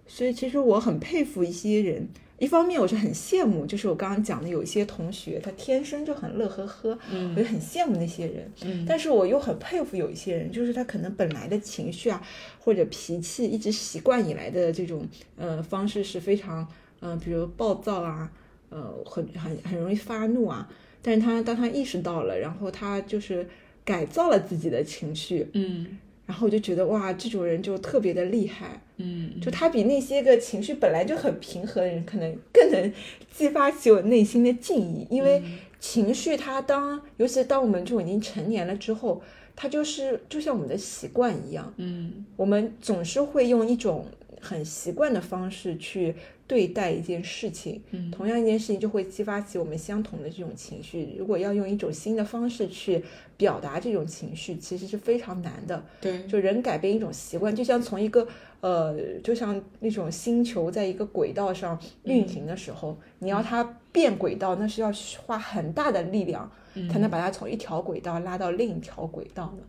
Speaker 2: 所以其实我很佩服一些人，一方面我是很羡慕，就是我刚刚讲的有一些同学，他天生就很乐呵呵，我就很羡慕那些人。
Speaker 1: 嗯
Speaker 2: 但是我又很佩服有一些人，就是他可能本来的情绪啊或者脾气，一直习惯以来的这种呃方式是非常呃，比如暴躁啊，呃，很很很容易发怒啊。但是他当他意识到了，然后他就是改造了自己的情绪，
Speaker 1: 嗯
Speaker 2: 然后我就觉得哇，这种人就特别的厉害，
Speaker 1: 嗯，
Speaker 2: 就他比那些个情绪本来就很平和的人，可能更能激发起我内心的敬意，因为
Speaker 1: 嗯
Speaker 2: 情绪它当，尤其是当我们这种已经成年了之后，它就是就像我们的习惯一样，
Speaker 1: 嗯
Speaker 2: 我们总是会用一种很习惯的方式去对待一件事情，
Speaker 1: 嗯
Speaker 2: 同样一件事情就会激发起我们相同的这种情绪。如果要用一种新的方式去表达这种情绪，其实是非常难的。
Speaker 1: 对，
Speaker 2: 就人改变一种习惯，就像从一个呃，就像那种星球在一个轨道上运行的时候，你要它变轨道，那是要花很大的力量，才能把它从一条轨道拉到另一条轨道的。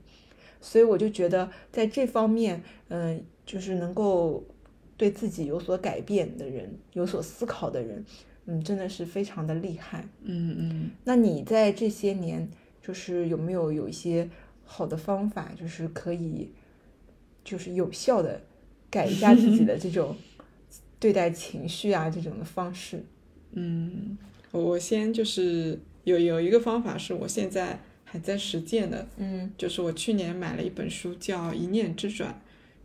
Speaker 2: 所以我就觉得在这方面，嗯、就是能够对自己有所改变的人，有所思考的人，嗯，真的是非常的厉害。
Speaker 1: 嗯嗯。
Speaker 2: 那你在这些年，就是有没有有一些好的方法，就是可以，就是有效的改一下自己的这种对待情绪啊这种的方式？
Speaker 1: 嗯，我我先就是有有一个方法是我现在还在实践的，
Speaker 2: 嗯
Speaker 1: 就是我去年买了一本书叫《一念之转》，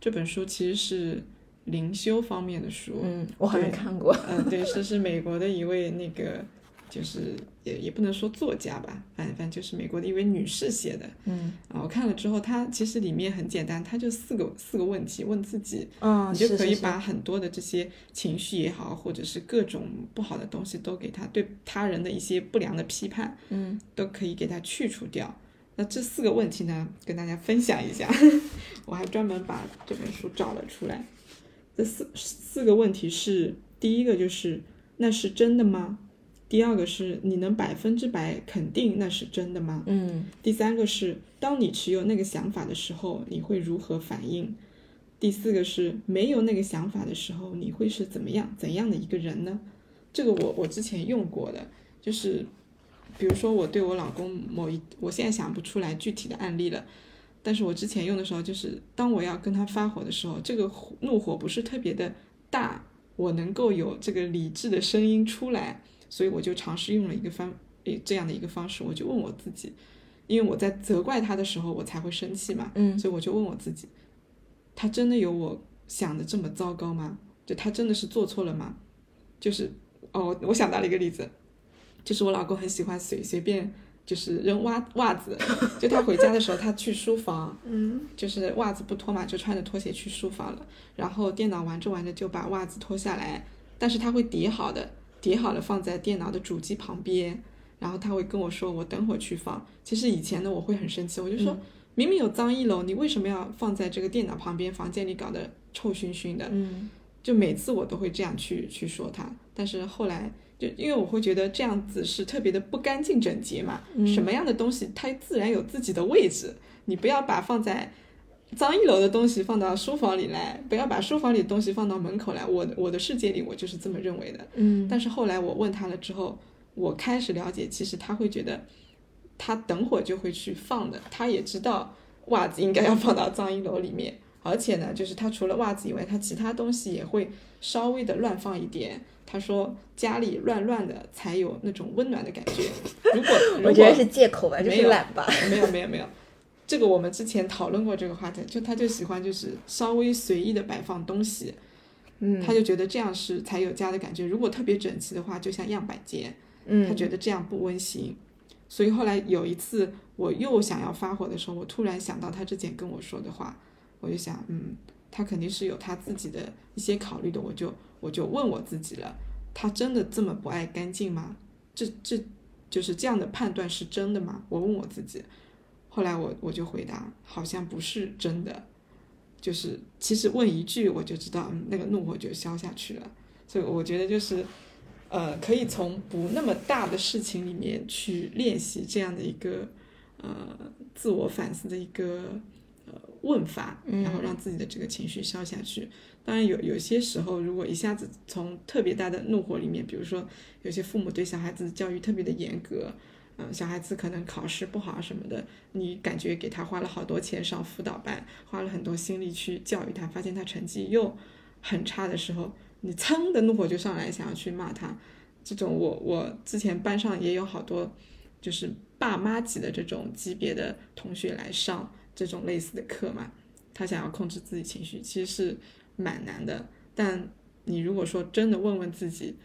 Speaker 1: 这本书其实是灵修方面的书，
Speaker 2: 嗯，我好
Speaker 1: 对
Speaker 2: 像看过。
Speaker 1: 嗯，对，是是美国的一位那个，就是也也不能说作家吧，反反正就是美国的一位女士写的
Speaker 2: 嗯
Speaker 1: 啊。我看了之后，她其实里面很简单，她就四个四个问题问自己，
Speaker 2: 啊，
Speaker 1: 你就是可
Speaker 2: 是
Speaker 1: 以
Speaker 2: 是
Speaker 1: 把很多的这些情绪也好，或者是各种不好的东西都给他对他人的一些不良的批判，
Speaker 2: 嗯，
Speaker 1: 都可以给他去除掉。那这四个问题呢，跟大家分享一下。 我还专门把这本书找了出来。这四四个问题是：第一个就是那是真的吗？第二个是你能百分之百肯定那是真的吗？
Speaker 2: 嗯
Speaker 1: 第三个是，当你持有那个想法的时候，你会如何反应？第四个是，没有那个想法的时候，你会是怎么样怎样的一个人呢？这个我我之前用过的，就是比如说我对我老公某一，我现在想不出来具体的案例了，但是我之前用的时候，就是当我要跟他发火的时候，这个火怒火不是特别的大，我能够有这个理智的声音出来，所以我就尝试用了一个方，诶这样的一个方式，我就问我自己，因为我在责怪他的时候，我才会生气嘛，
Speaker 2: 嗯
Speaker 1: 所以我就问我自己，他真的有我想的这么糟糕吗？就他真的是做错了吗？就是哦，我想到了一个例子，就是我老公很喜欢随随便就是扔袜袜子，就他回家的时候，他去书房，
Speaker 2: 嗯
Speaker 1: 就是袜子不脱嘛，就穿着拖鞋去书房了。然后电脑玩着玩着就把袜子脱下来，但是他会叠好的，叠好了放在电脑的主机旁边。然后他会跟我说我等会儿去放。其实以前呢，我会很生气，我就说、明明有脏一楼，你为什么要放在这个电脑旁边？房间里搞得臭熏熏的。
Speaker 2: 嗯
Speaker 1: 就每次我都会这样去去说他，但是后来就因为我会觉得这样子是特别的不干净整洁嘛，
Speaker 2: 嗯
Speaker 1: 什么样的东西它自然有自己的位置，你不要把放在脏一楼的东西放到书房里来，不要把书房里的东西放到门口来。我的我的世界里我就是这么认为的。
Speaker 2: 嗯
Speaker 1: 但是后来我问他了之后，我开始了解，其实他会觉得他等会儿就会去放的，他也知道袜子应该要放到脏衣篓里面。而且呢，就是他除了袜子以外，他其他东西也会稍微的乱放一点。他说家里乱乱的才有那种温暖的感 觉。如果
Speaker 2: 嗯
Speaker 1: 如果
Speaker 3: 我觉得是借口吧，就
Speaker 1: 没
Speaker 3: 是
Speaker 1: 有
Speaker 3: 懒吧。
Speaker 1: 没有没有没有，这个我们之前讨论过这个话题，就他就喜欢就是稍微随意的摆放东西，
Speaker 2: 嗯
Speaker 1: 他就觉得这样是才有家的感觉。如果特别整齐的话，就像样板间，
Speaker 2: 嗯
Speaker 1: 他觉得这样不温馨。所以后来有一次我又想要发火的时候，我突然想到他之前跟我说的话，我就想，嗯，他肯定是有他自己的一些考虑的。我就我就问我自己了，他真的这么不爱干净吗？这这就是这样的判断是真的吗？我问我自己。后来我我就回答，好像不是真的，就是其实问一句我就知道，嗯，那个怒火就消下去了。所以我觉得就是，呃，可以从不那么大的事情里面去练习这样的一个呃自我反思的一个呃问法，然后让自己的这个情绪消下去。当然有有些时候，如果一下子从特别大的怒火里面，比如说有些父母对小孩子的教育特别的严格。嗯，小孩子可能考试不好什么的，你感觉给他花了好多钱上辅导班，花了很多心力去教育他，发现他成绩又很差的时候，你噌的怒火就上来，想要去骂他。这种我我之前班上也有好多，就是爸妈级的这种级别的同学来上这种类似的课嘛，他想要控制自己情绪，其实是蛮难的。但你如果说真的问问自己，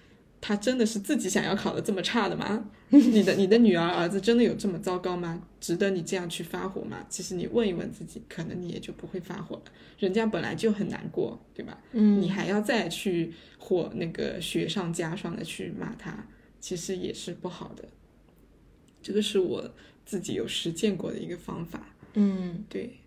Speaker 1: 他真的是自己想要考的这么差的吗？ 你的你的女儿儿子真的有这么糟糕吗？值得你这样去发火吗？其实你问一问自己，可能你也就不会发火了。人家本来就很难过，对吧？
Speaker 2: 嗯
Speaker 1: 你还要再去或那个雪上加霜的去骂他，其实也是不好的。这个是我自己有实践过的一个方法。
Speaker 2: 嗯，
Speaker 1: 对，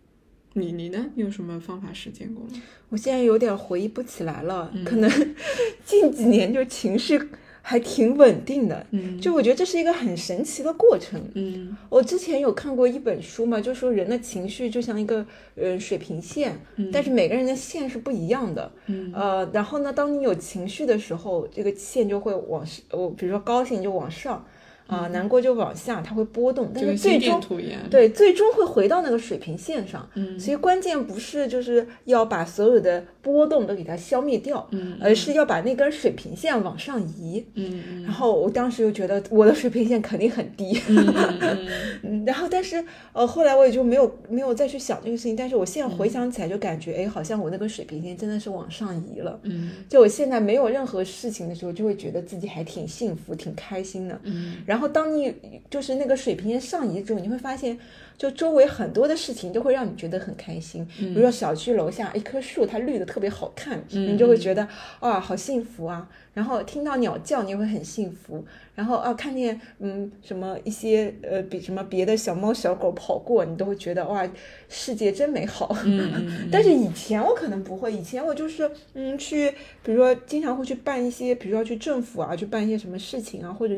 Speaker 1: 你你呢？你有什么方法实践过吗？
Speaker 2: 我现在有点回忆不起来了，可能 近几年就情绪还挺稳定的。
Speaker 1: 嗯
Speaker 2: 就我觉得这是一个很神奇的过程。
Speaker 1: 嗯
Speaker 2: 我之前有看过一本书嘛，就说人的情绪就像一个呃水平线，但是每个人的线是不一样的。
Speaker 1: 嗯
Speaker 2: 呃，然后呢，当你有情绪的时候，这个线就会往上，我比如说高兴就往上，啊、难过就往下，它会波动，
Speaker 1: 嗯
Speaker 2: 但
Speaker 1: 就是心
Speaker 2: 最
Speaker 1: 电
Speaker 2: 终
Speaker 1: 图一样。，
Speaker 2: 对，最终会回到那个水平线上。
Speaker 1: 嗯
Speaker 2: 所以关键不是就是要把所有的波动都给它消灭掉，
Speaker 1: 嗯
Speaker 2: 而是要把那根水平线往上移。
Speaker 1: 嗯
Speaker 2: 然后我当时就觉得我的水平线肯定很低，
Speaker 1: 嗯嗯
Speaker 2: 嗯，然后但是呃后来我也就没有没有再去想这个事情，但是我现
Speaker 1: 嗯
Speaker 2: 在回想起来就感觉，哎，好像我那根水平线真的是往上移了。
Speaker 1: 嗯
Speaker 2: 就我现在没有任何事情的时候，就会觉得自己还挺幸福、挺开心的。
Speaker 1: 嗯
Speaker 2: 然后当你就是那个水平线上移之后，你会发现，就周围很多的事情都会让你觉得很开心。
Speaker 1: 嗯
Speaker 2: 比如说小区楼下一棵树，它绿的特别好看，你就会觉得
Speaker 1: 嗯
Speaker 2: 啊好幸福啊。然后听到鸟叫，你也会很幸福。然后啊看见嗯什么一些呃比什么别的小猫小狗跑过，你都会觉得哇世界真美好。
Speaker 1: 嗯
Speaker 2: 但是以前我可能不会，以前我就是嗯去，比如说经常会去办一些，比如说去政府啊，去办一些什么事情啊，或者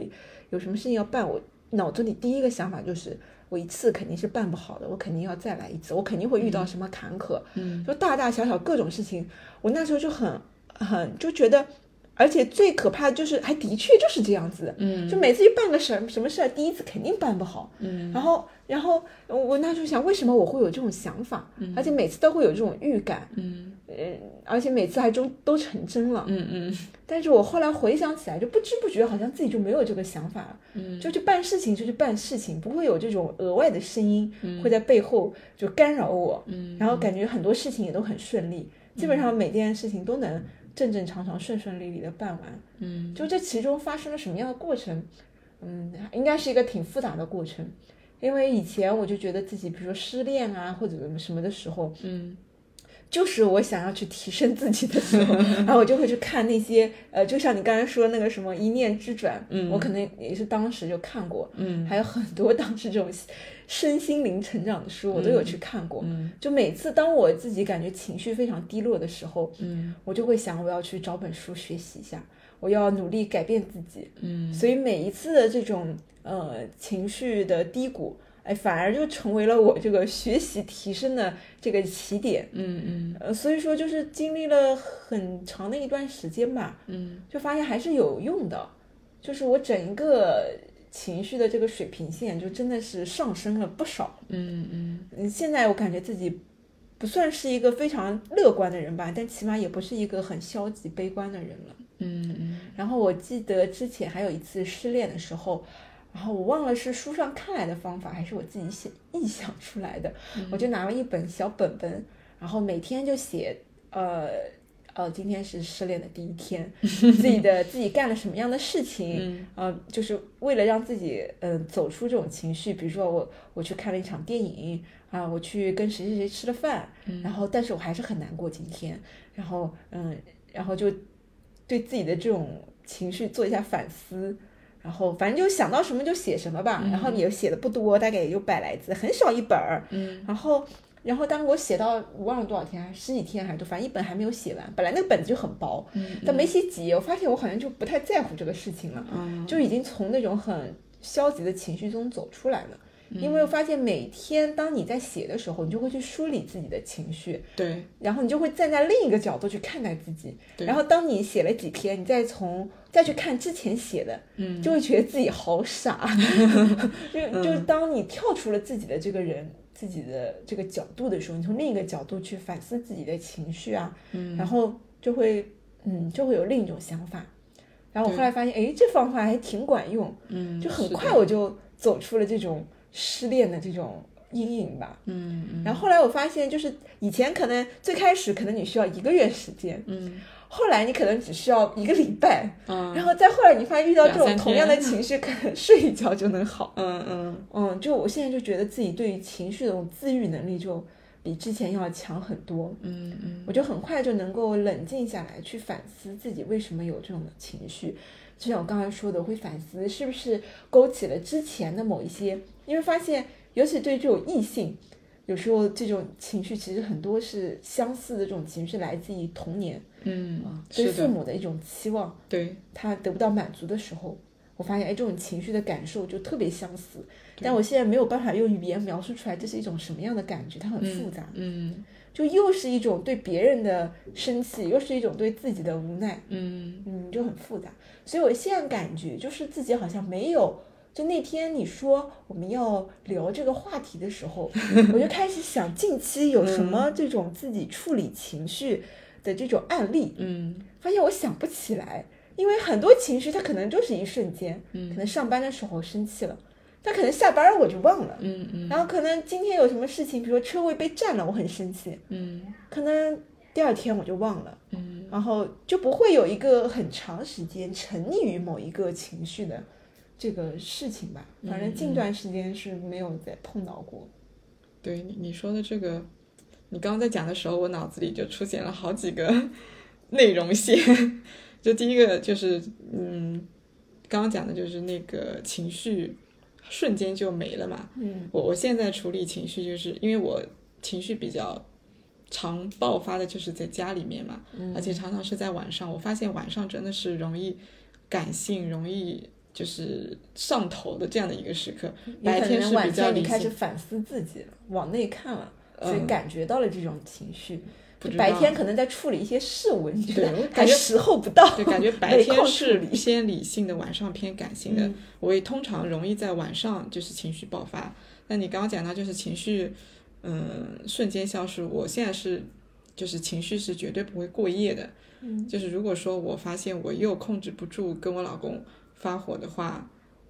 Speaker 2: 有什么事情要办，我脑子里第一个想法就是。我一次肯定是办不好的，我肯定要再来一次，我肯定会遇到什么坎坷，
Speaker 1: 嗯
Speaker 2: 就大大小小各种事情，我那时候就很很就觉得，而且最可怕的就是还的确就是这样子的，
Speaker 1: 嗯
Speaker 2: 就每次去办个什什么事儿，第一次肯定办不好，
Speaker 1: 嗯
Speaker 2: 然后，然后呃我那时候想，为什么我会有这种想法？而且每次都会有这种预感，
Speaker 1: 嗯
Speaker 2: 嗯，而且每次还都都成真了。
Speaker 1: 嗯
Speaker 2: 但是我后来回想起来，就不知不觉好像自己就没有这个想法了，
Speaker 1: 嗯
Speaker 2: 就去办事情就去办事情，不会有这种额外的声音、会在背后就干扰我，
Speaker 1: 嗯
Speaker 2: 然后感觉很多事情也都很顺利，基本上每件事情都能正正常常、顺顺利利的办完。
Speaker 1: 嗯
Speaker 2: 就这其中发生了什么样的过程？嗯，应该是一个挺复杂的过程，因为以前我就觉得自己，比如说失恋啊或者什么什么的时候，
Speaker 1: 嗯
Speaker 2: 就是我想要去提升自己的 时候，然后我就会去看那些呃，就像你刚才说那个什么一念之转，嗯，我可能也是当时就看过，嗯，还有很多当时这种身心灵成长的书我都有去看过，嗯，就每次当我自己感觉情绪非常低落的时候，嗯，我就会想我要去找本书学习一下，我要努力改变自己，嗯，所以每一次的这种呃情绪的低谷。哎，反而就成为了我这个学习提升的这个起点。
Speaker 1: 嗯嗯，
Speaker 2: 呃，所以说就是经历了很长的一段时间吧，
Speaker 1: 嗯，
Speaker 2: 就发现还是有用的。就是我整一个情绪的这个水平线，就真的是上升了不少。
Speaker 1: 嗯嗯，
Speaker 2: 嗯，现在我感觉自己不算是一个非常乐观的人吧，但起码也不是一个很消极悲观的人了。
Speaker 1: 嗯嗯，
Speaker 2: 然后我记得之前还有一次失恋的时候。然后我忘了是书上看来的方法，还是我自己写臆想出来的。我就拿了一本小本本，然后每天就写，呃，呃，今天是失恋的第一天，自己的自己干了什么样的事情，呃，就是为了让自己，呃，走出这种情绪。比如说我我去看了一场电影啊、我去跟谁谁谁吃了饭，然后但是我还是很难过今天，然后嗯，然后就对自己的这种情绪做一下反思。然后反正就想到什么就写什么吧，然后也写的不多，大概也就百来字，很少一本儿。
Speaker 1: 嗯，
Speaker 2: 然后然后当我写到我忘了多少天，还是十几天还是多，反正一本还没有写完。本来那个本子就很薄，但没写几页，我发现我好像就不太在乎这个事情了，就已经从那种很消极的情绪中走出来了。因为我发现每天当你在写的时候，你就会去梳理自己的情绪，
Speaker 1: 对，
Speaker 2: 然后你就会站在另一个角度去看待自己。然后当你写了几篇，你再从再去看之前写的，嗯，就会觉得自己好 傻。就就当你跳出了自己的这个人。自己的这个角度的时候，你从另一个角度去反思自己的情绪啊，嗯，然后就会，嗯，就会有另一种想法。然后我后来发现，哎，这方法还挺管用，
Speaker 1: 嗯，
Speaker 2: 就很
Speaker 1: 是的
Speaker 2: 快我就走出了这种失恋的这种阴影吧。
Speaker 1: 嗯嗯
Speaker 2: 然后后来我发现，就是以前可能最开始可能你需要一个月时间，
Speaker 1: 嗯
Speaker 2: 后来你可能只需要一个礼拜，
Speaker 1: 嗯
Speaker 2: 然后再后来你发现遇到这
Speaker 1: 两三天
Speaker 2: 种同样的情绪，可能睡一觉就能好。
Speaker 1: 嗯嗯，
Speaker 2: 嗯，就我现在就觉得自己对于情绪的这种自愈能力就比之前要强很多。
Speaker 1: 嗯嗯
Speaker 2: 我就很快就能够冷静下来，去反思自己为什么有这种情绪。就像我刚才说的，我会反思是不是勾起了之前的某一些，因为发现，尤其对这种异性，有时候这种情绪其实很多是相似的，这种情绪来自于童年
Speaker 1: 嗯，
Speaker 2: 对
Speaker 1: 是
Speaker 2: 父
Speaker 1: 的，
Speaker 2: 母的一种期望，
Speaker 1: 对，
Speaker 2: 他得不到满足的时候，我发现哎，这种情绪的感受就特别相似。但我现在没有办法用语言描述出来这是一种什么样的感觉，它很复杂。
Speaker 1: 嗯
Speaker 2: 就又是一种对别人的生气，又是一种对自己的无奈，
Speaker 1: 嗯
Speaker 2: 嗯，就很复杂。所以我现在感觉就是自己好像没有，就那天你说我们要聊这个话题的时候，我就开始想近期有什么这种自己处理情绪的这种案例，
Speaker 1: 嗯
Speaker 2: 发现我想不起来，因为很多情绪它可能就是一瞬间，可能上班的时候生气了，但可能下班我就忘了。
Speaker 1: 嗯嗯
Speaker 2: 然后可能今天有什么事情，比如说车位被占了，我很生气，
Speaker 1: 嗯
Speaker 2: 可能第二天我就忘了，
Speaker 1: 嗯，
Speaker 2: 然后就不会有一个很长时间沉溺于某一个情绪的这个事情吧。
Speaker 1: 嗯
Speaker 2: 反正近段时间是没有再碰到过。
Speaker 1: 对你你说的这个，你刚刚在讲的时候，我脑子里就出现了好几个 内容线。就第一个就是，嗯，刚刚讲的就是那个情绪瞬间就没了嘛。
Speaker 2: 嗯
Speaker 1: 我我现在处理情绪，就是因为我情绪比较常爆发的，就是在家里面嘛，
Speaker 2: 嗯
Speaker 1: 而且常常是在晚上。我发现晚上真的是容易感性，容易就是上头的这样的一个时刻。
Speaker 2: 也
Speaker 1: 嗯白
Speaker 2: 嗯可
Speaker 1: 天是
Speaker 2: 能
Speaker 1: 比
Speaker 2: 晚
Speaker 1: 较
Speaker 2: 上你
Speaker 1: 理
Speaker 2: 开
Speaker 1: 性
Speaker 2: 始，反思自己了，往内看了，所以
Speaker 1: 嗯
Speaker 2: 感觉到了这种情绪。
Speaker 1: 不
Speaker 2: 就
Speaker 1: 知
Speaker 2: 白
Speaker 1: 道
Speaker 2: 天可能在处理一些事物，你觉
Speaker 1: 对我
Speaker 2: 得
Speaker 1: 感
Speaker 2: 还
Speaker 1: 觉
Speaker 2: 时候不到，
Speaker 1: 对，感觉白
Speaker 2: 没空
Speaker 1: 天
Speaker 2: 处
Speaker 1: 是
Speaker 2: 理嗯
Speaker 1: 偏理性的，晚上偏感性的。我也通常容易在晚上就是情绪爆发。那你刚刚讲到就是情绪，嗯，瞬间消失。我现在是就是情绪是绝对不会过夜的。
Speaker 2: 嗯
Speaker 1: 就是如果说我发现我又控制不住跟我老公发火的话，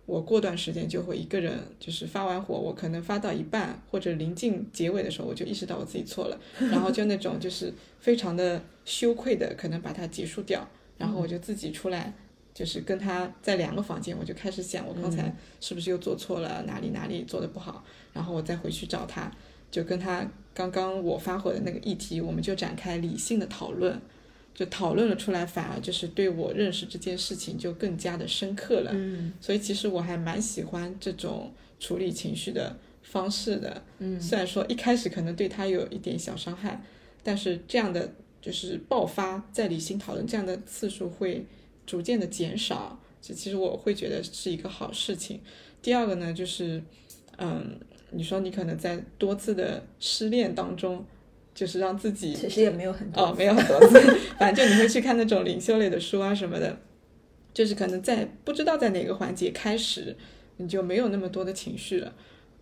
Speaker 1: 我过段时间就会一个人，就是发完火，我可能发到一半或者临近结尾的时候，我就意识到我自己错了，然后就那种就是非常的羞愧的，可能把它结束掉，然后我就自己出来。就是跟他在两个房间，我就开始想我刚才是不是又做错了，哪里哪里做的不好，然后我再回去找他，就跟他刚刚我发火的那个议题，我们就展开理性的讨论，就讨论了出来，反而就是对我认识这件事情就更加的深刻了。
Speaker 2: 嗯
Speaker 1: 所以其实我还蛮喜欢这种处理情绪的方式的。
Speaker 2: 嗯
Speaker 1: 虽然说一开始可能对他有一点小伤害，但是这样的就是爆发在理性讨论这样的次数会逐渐的减少，这其实我会觉得是一个好事情。第二个呢，就是嗯，你说你可能在多次的失恋当中，就是让自己
Speaker 2: 其实也没有很多，
Speaker 1: 哦，没有很多次，反正就你会去看那种灵修类的书啊什么的，就是可能在不知道在哪个环节开始，你就没有那么多的情绪了。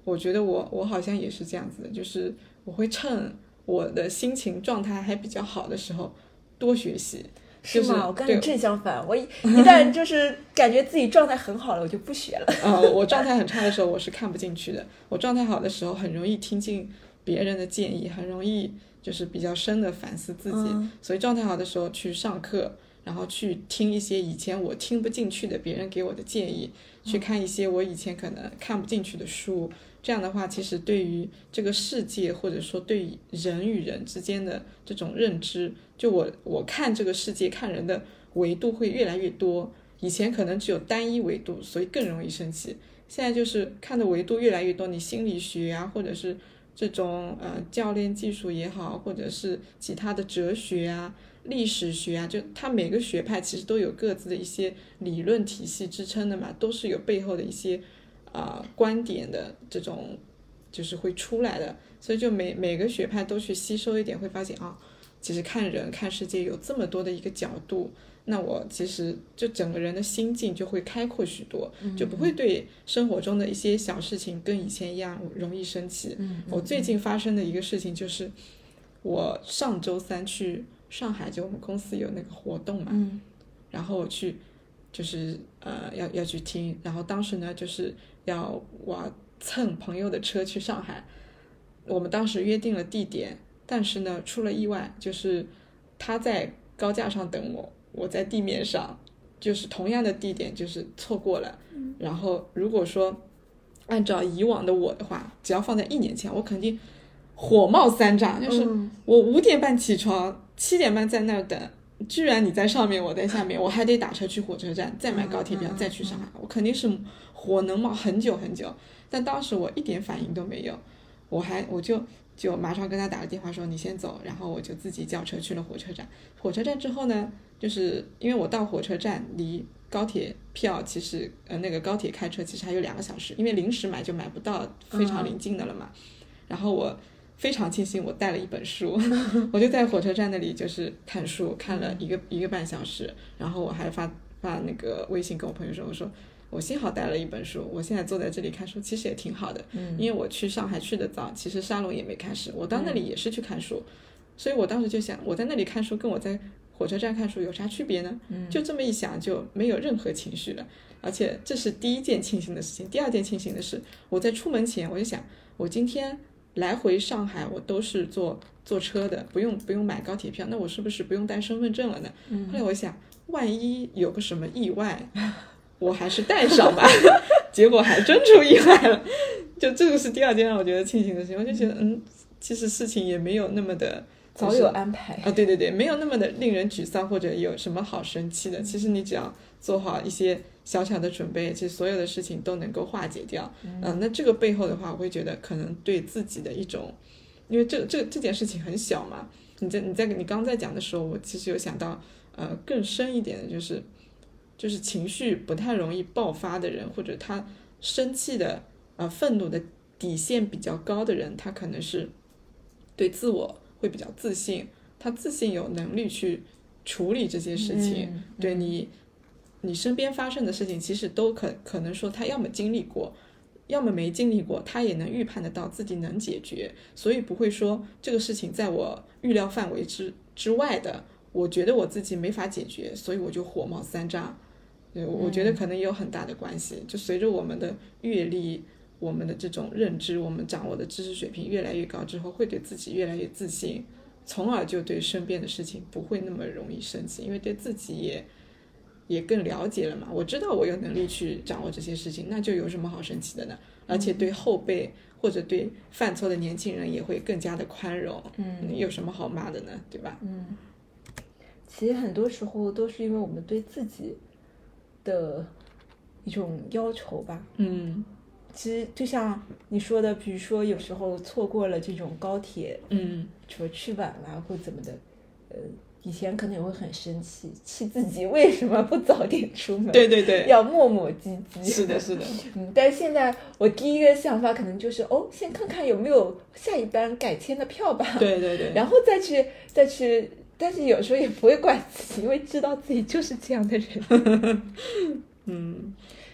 Speaker 1: 我觉得我我好像也是这样子的，就是我会趁我的心情状态还比较好的时候多学习。
Speaker 2: 是
Speaker 1: 就是
Speaker 2: 吗？我跟你
Speaker 1: 对
Speaker 2: 正相 反，我一一旦就是感觉自己状态很好了，我就不学了。
Speaker 1: 呃，我状态很差的时候我是看不进去的，我状态好的时候很容易听进别人的建议，很容易就是比较深的反思自己。
Speaker 2: 嗯
Speaker 1: 所以状态好的时候去上课，然后去听一些以前我听不进去的别人给我的建议，
Speaker 2: 嗯
Speaker 1: 去看一些我以前可能看不进去的书。这样的话，其实对于这个世界，或者说对于人与人之间的这种认知，就我我看这个世界看人的维度会越来越多。以前可能只有单一维度，所以更容易生气。现在就是看的维度越来越多，你心理学啊，或者是这种呃教练技术也好，或者是其他的哲学啊、历史学啊，就它每个学派其实都有各自的一些理论体系支撑的嘛，都是有背后的一些啊、呃观点的这种就是会出来的，所以就每每个学派都去吸收一点，会发现啊，其实看人看世界有这么多的一个角度，那我其实就整个人的心境就会开阔许多，
Speaker 2: 嗯
Speaker 1: 就不会对生活中的一些小事情跟以前一样容易生气。
Speaker 2: 嗯
Speaker 1: 我最近发生的一个事情就是，我上周三去上海，就我们公司有那个活动嘛，
Speaker 2: 嗯
Speaker 1: 然后我去就是呃要要去听，然后当时呢就是要我蹭朋友的车去上海，我们当时约定了地点，但是呢出了意外，就是他在高架上等我，我在地面上，就是同样的地点就是错过了，然后如果说按照以往的我的话，只要放在一年前，我肯定火冒三丈，就是
Speaker 2: 嗯
Speaker 1: 我五点半起床，七点半在那儿等，居然你在上面，我在下面，我还得打车去火车站，再买高铁票，再去上海，我肯定是火能冒很久很久。但当时我一点反应都没有，我还我就就马上跟他打了电话说你先走，然后我就自己叫车去了火车站。火车站之后呢，就是因为我到火车站离高铁票其实呃那个高铁开车其实还有两个小时，因为临时买就买不到非常临近的了嘛。然后我非常庆幸我带了一本书， 我就在火车站那里就是看书，看了一个一个半小时，然后我还发发那个微信跟我朋友说，我说我幸好带了一本书，我现在坐在这里看书，其实也挺好的，
Speaker 2: 嗯
Speaker 1: 因为我去上海去的早，其实沙龙也没开始，我到那里也是去看书，所以我当时就想，我在那里看书跟我在火车站看书有啥区别呢？
Speaker 2: 嗯
Speaker 1: 就这么一想就没有任何情绪了，而且这是第一件庆幸的事情。第二件庆幸的是，我在出门前我就想，我今天来回上海我都是坐坐车的，不用不用买高铁票，那我是不是不用带身份证了呢？后来我想，万一有个什么意外，我还是带上吧。 结果还真出意外了，就这个是第二件让我觉得庆幸的事情。我就觉得，嗯，其实事情也没有那么的
Speaker 2: 早有安排。
Speaker 1: 啊，对对对，没有那么的令人沮丧或者有什么好生气的。其实你只要做好一些小小的准备，其实所有的事情都能够化解掉。嗯、那这个背后的话，我会觉得可能对自己的一种，因为这这这件事情很小嘛。你在你在你刚在讲的时候，我其实有想到，呃，更深一点的就是，就是情绪不太容易爆发的人，或者他生气的呃愤怒的底线比较高的人，他可能是对自我会比较自信，他自信有能力去处理这些事情。
Speaker 2: 嗯
Speaker 1: 对你，你身边发生的事情，其实都可可能说他要么经历过，要么没经历过，他也能预判得到自己能解决，所以不会说这个事情在我预料范围之之外的，我觉得我自己没法解决，所以我就火冒三丈。对，我我觉得可能也有很大的关系，就随着我们的阅历。我们的这种认知，我们掌握的知识水平越来越高之后，会对自己越来越自信，从而就对身边的事情不会那么容易生气，因为对自己也也更了解了嘛。我知道我有能力去掌握这些事情，那就有什么好生气的呢？而且对后辈或者对犯错的年轻人也会更加的宽容，
Speaker 2: 嗯，
Speaker 1: 有什么好骂的呢？对吧？
Speaker 2: 嗯，其实很多时候都是因为我们对自己的一种要求吧。
Speaker 1: 嗯
Speaker 2: 其实就像你说的，比如说有时候错过了这种高铁，
Speaker 1: 嗯
Speaker 2: 说去晚啦或怎么的，呃，以前可能也会很生气，气自己为什么不早点出门，，
Speaker 1: 对对对，
Speaker 2: 要磨磨唧唧。
Speaker 1: 是的，是的，
Speaker 2: 嗯，但现在我第一个想法可能就是，哦，先看看有没有下一班改签的票吧，
Speaker 1: 对对对，
Speaker 2: 然后再去再去，但是有时候也不会怪自己，因为知道自己就是这样的人。
Speaker 1: 嗯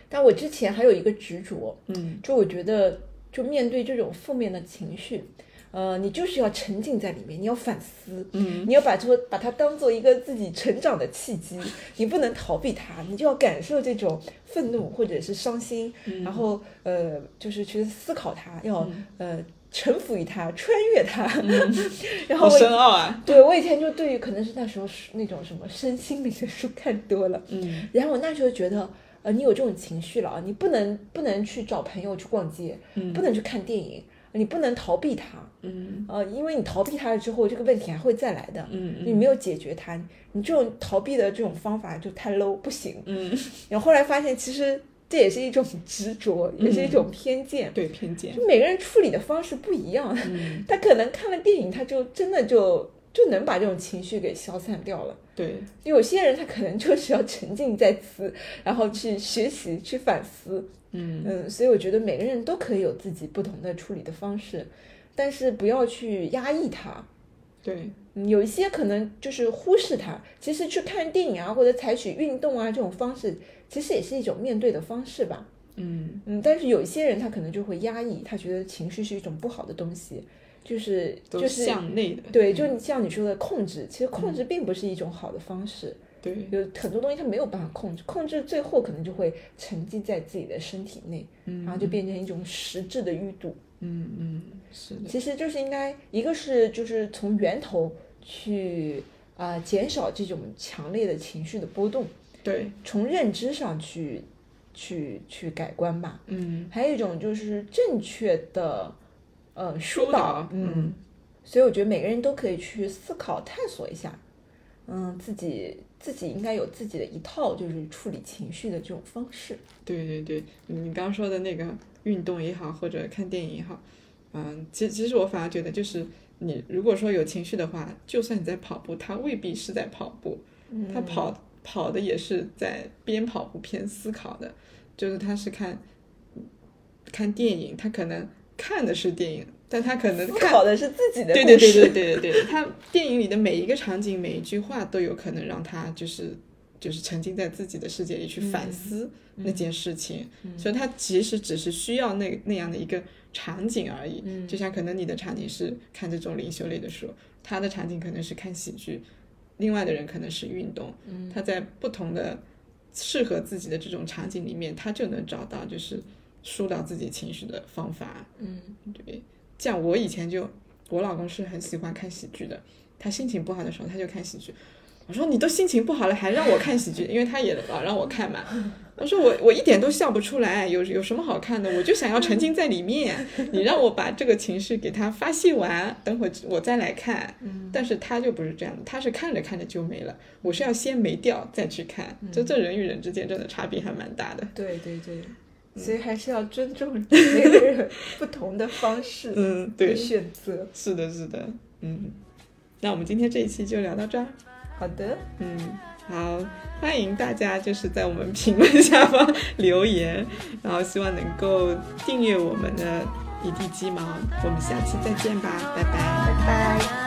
Speaker 2: 但我之前还有一个执着，
Speaker 1: 嗯
Speaker 2: 就我觉得，就面对这种负面的情绪，呃，你就是要沉浸在里面，你要反思，
Speaker 1: 嗯
Speaker 2: 你要把这把它当做一个自己成长的契机，你不能逃避它，你就要感受这种愤怒或者是伤心，然后呃，就是去思考它，要呃臣服于它，穿越它， 然后
Speaker 1: 好
Speaker 2: 我
Speaker 1: 深奥啊，
Speaker 2: 对我以前就对于可能是那时候是那种什么身心灵的书看多了，
Speaker 1: 嗯
Speaker 2: 然后我那时候觉得，呃，你有这种情绪了啊，你不能不能去找朋友去逛街，不能去看电影，你不能逃避它，
Speaker 1: 嗯
Speaker 2: 呃，因为你逃避它了之后，这个问题还会再来的，
Speaker 1: 嗯
Speaker 2: 你没有解决它，你这种逃避的这种方法就太 low，不行。
Speaker 1: 嗯，
Speaker 2: 然后后来发现，其实这也是一种 执着，也是一种偏见，
Speaker 1: 嗯对偏见，
Speaker 2: 就每个人处理的方式不一样。
Speaker 1: 嗯
Speaker 2: 他可能看了电影，他就真的就就能把这种情绪给消散掉了。
Speaker 1: 对，
Speaker 2: 有些人他可能就是要沉浸在此， 然后去学习、去反思。
Speaker 1: 嗯
Speaker 2: 嗯，所以我觉得每个人都可以有自己不同的处理的方式，但是不要去压抑它。
Speaker 1: 对，
Speaker 2: 嗯有一些可能就是忽视它，其实去看电影啊，或者采取运动啊这种方式，其实也是一种面对的方式吧。
Speaker 1: 嗯
Speaker 2: 嗯，但是有一些人他可能就会压抑，他觉得情绪是一种不好的东西，就是
Speaker 1: 都
Speaker 2: 就是是
Speaker 1: 向内的，
Speaker 2: 对，就你像你说的控制，其实控
Speaker 1: 嗯
Speaker 2: 制并不是一种好的方式，
Speaker 1: 对，
Speaker 2: 有很多东西它没有办法控制，控制最后可能就会沉积在自己的身体内，
Speaker 1: 嗯
Speaker 2: 然后就变成一种实质的淤堵。
Speaker 1: 嗯嗯是的，
Speaker 2: 其实就是应该，一个是就是从源头去啊、呃减少这种强烈的情绪的波动，
Speaker 1: 对，
Speaker 2: 从认知上去去去改观吧。
Speaker 1: 嗯
Speaker 2: 还有一种就是正确的呃疏
Speaker 1: 疏导
Speaker 2: 嗯
Speaker 1: 嗯，
Speaker 2: 所以我觉得每个人都可以去思考、探索一下，嗯，自己自己应该有自己的一套就是处理情绪的这种方式。
Speaker 1: 对对对，你刚说的那个运动也好，或者看电影也好，嗯，其其实我反而觉得就是。你如果说有情绪的话，就算你在跑步，它未必是在跑步，
Speaker 2: 嗯
Speaker 1: 他跑跑的也是在边跑步边思考的，就是他是看看电影，他可能看的是电影，但他可能
Speaker 2: 思
Speaker 1: 看
Speaker 2: 考的是自己的故
Speaker 1: 对对
Speaker 2: 事，
Speaker 1: 对对对对对，他电影里的每一个场景、每一句话都有可能让他就是就是沉浸在自己的世界里去
Speaker 2: 嗯
Speaker 1: 反思那件事情，所以他其实只是需要那那样的一个场景而已。
Speaker 2: 嗯
Speaker 1: 就像可能你的场景是看这种灵修类的书，他的场景可能是看喜剧，另外的人可能是运动，
Speaker 2: 嗯
Speaker 1: 他在不同的适合自己的这种场景里面，他就能找到就是疏导自己情绪的方法。
Speaker 2: 嗯
Speaker 1: 对，这样我以前就，我老公是很喜欢看喜剧的，他心情不好的时候他就看喜剧。我说你都心情不好了，还让我看喜剧，因为他也老让我看嘛。我说我我一点都笑不出来，有有什么好看的？我就想要沉浸在里面，你让我把这个情绪给他发泄完，等会我再来看。但是他就不是这样的，他是看着看着就没了，我是要先没掉再去看，就这人与人之间真的差别还蛮大的。
Speaker 2: 对对对，所以还是要尊重每个人 不同的方式
Speaker 1: 嗯，
Speaker 2: 和
Speaker 1: 对，
Speaker 2: 选择。
Speaker 1: 是的，是的，嗯，那我们今天这一期就聊到这儿，
Speaker 2: 好的，
Speaker 1: 嗯，好，欢迎大家就是在我们评论下方留言，然后希望能够订阅我们的一地鸡毛，我们下期再见吧，拜拜。
Speaker 2: 拜拜。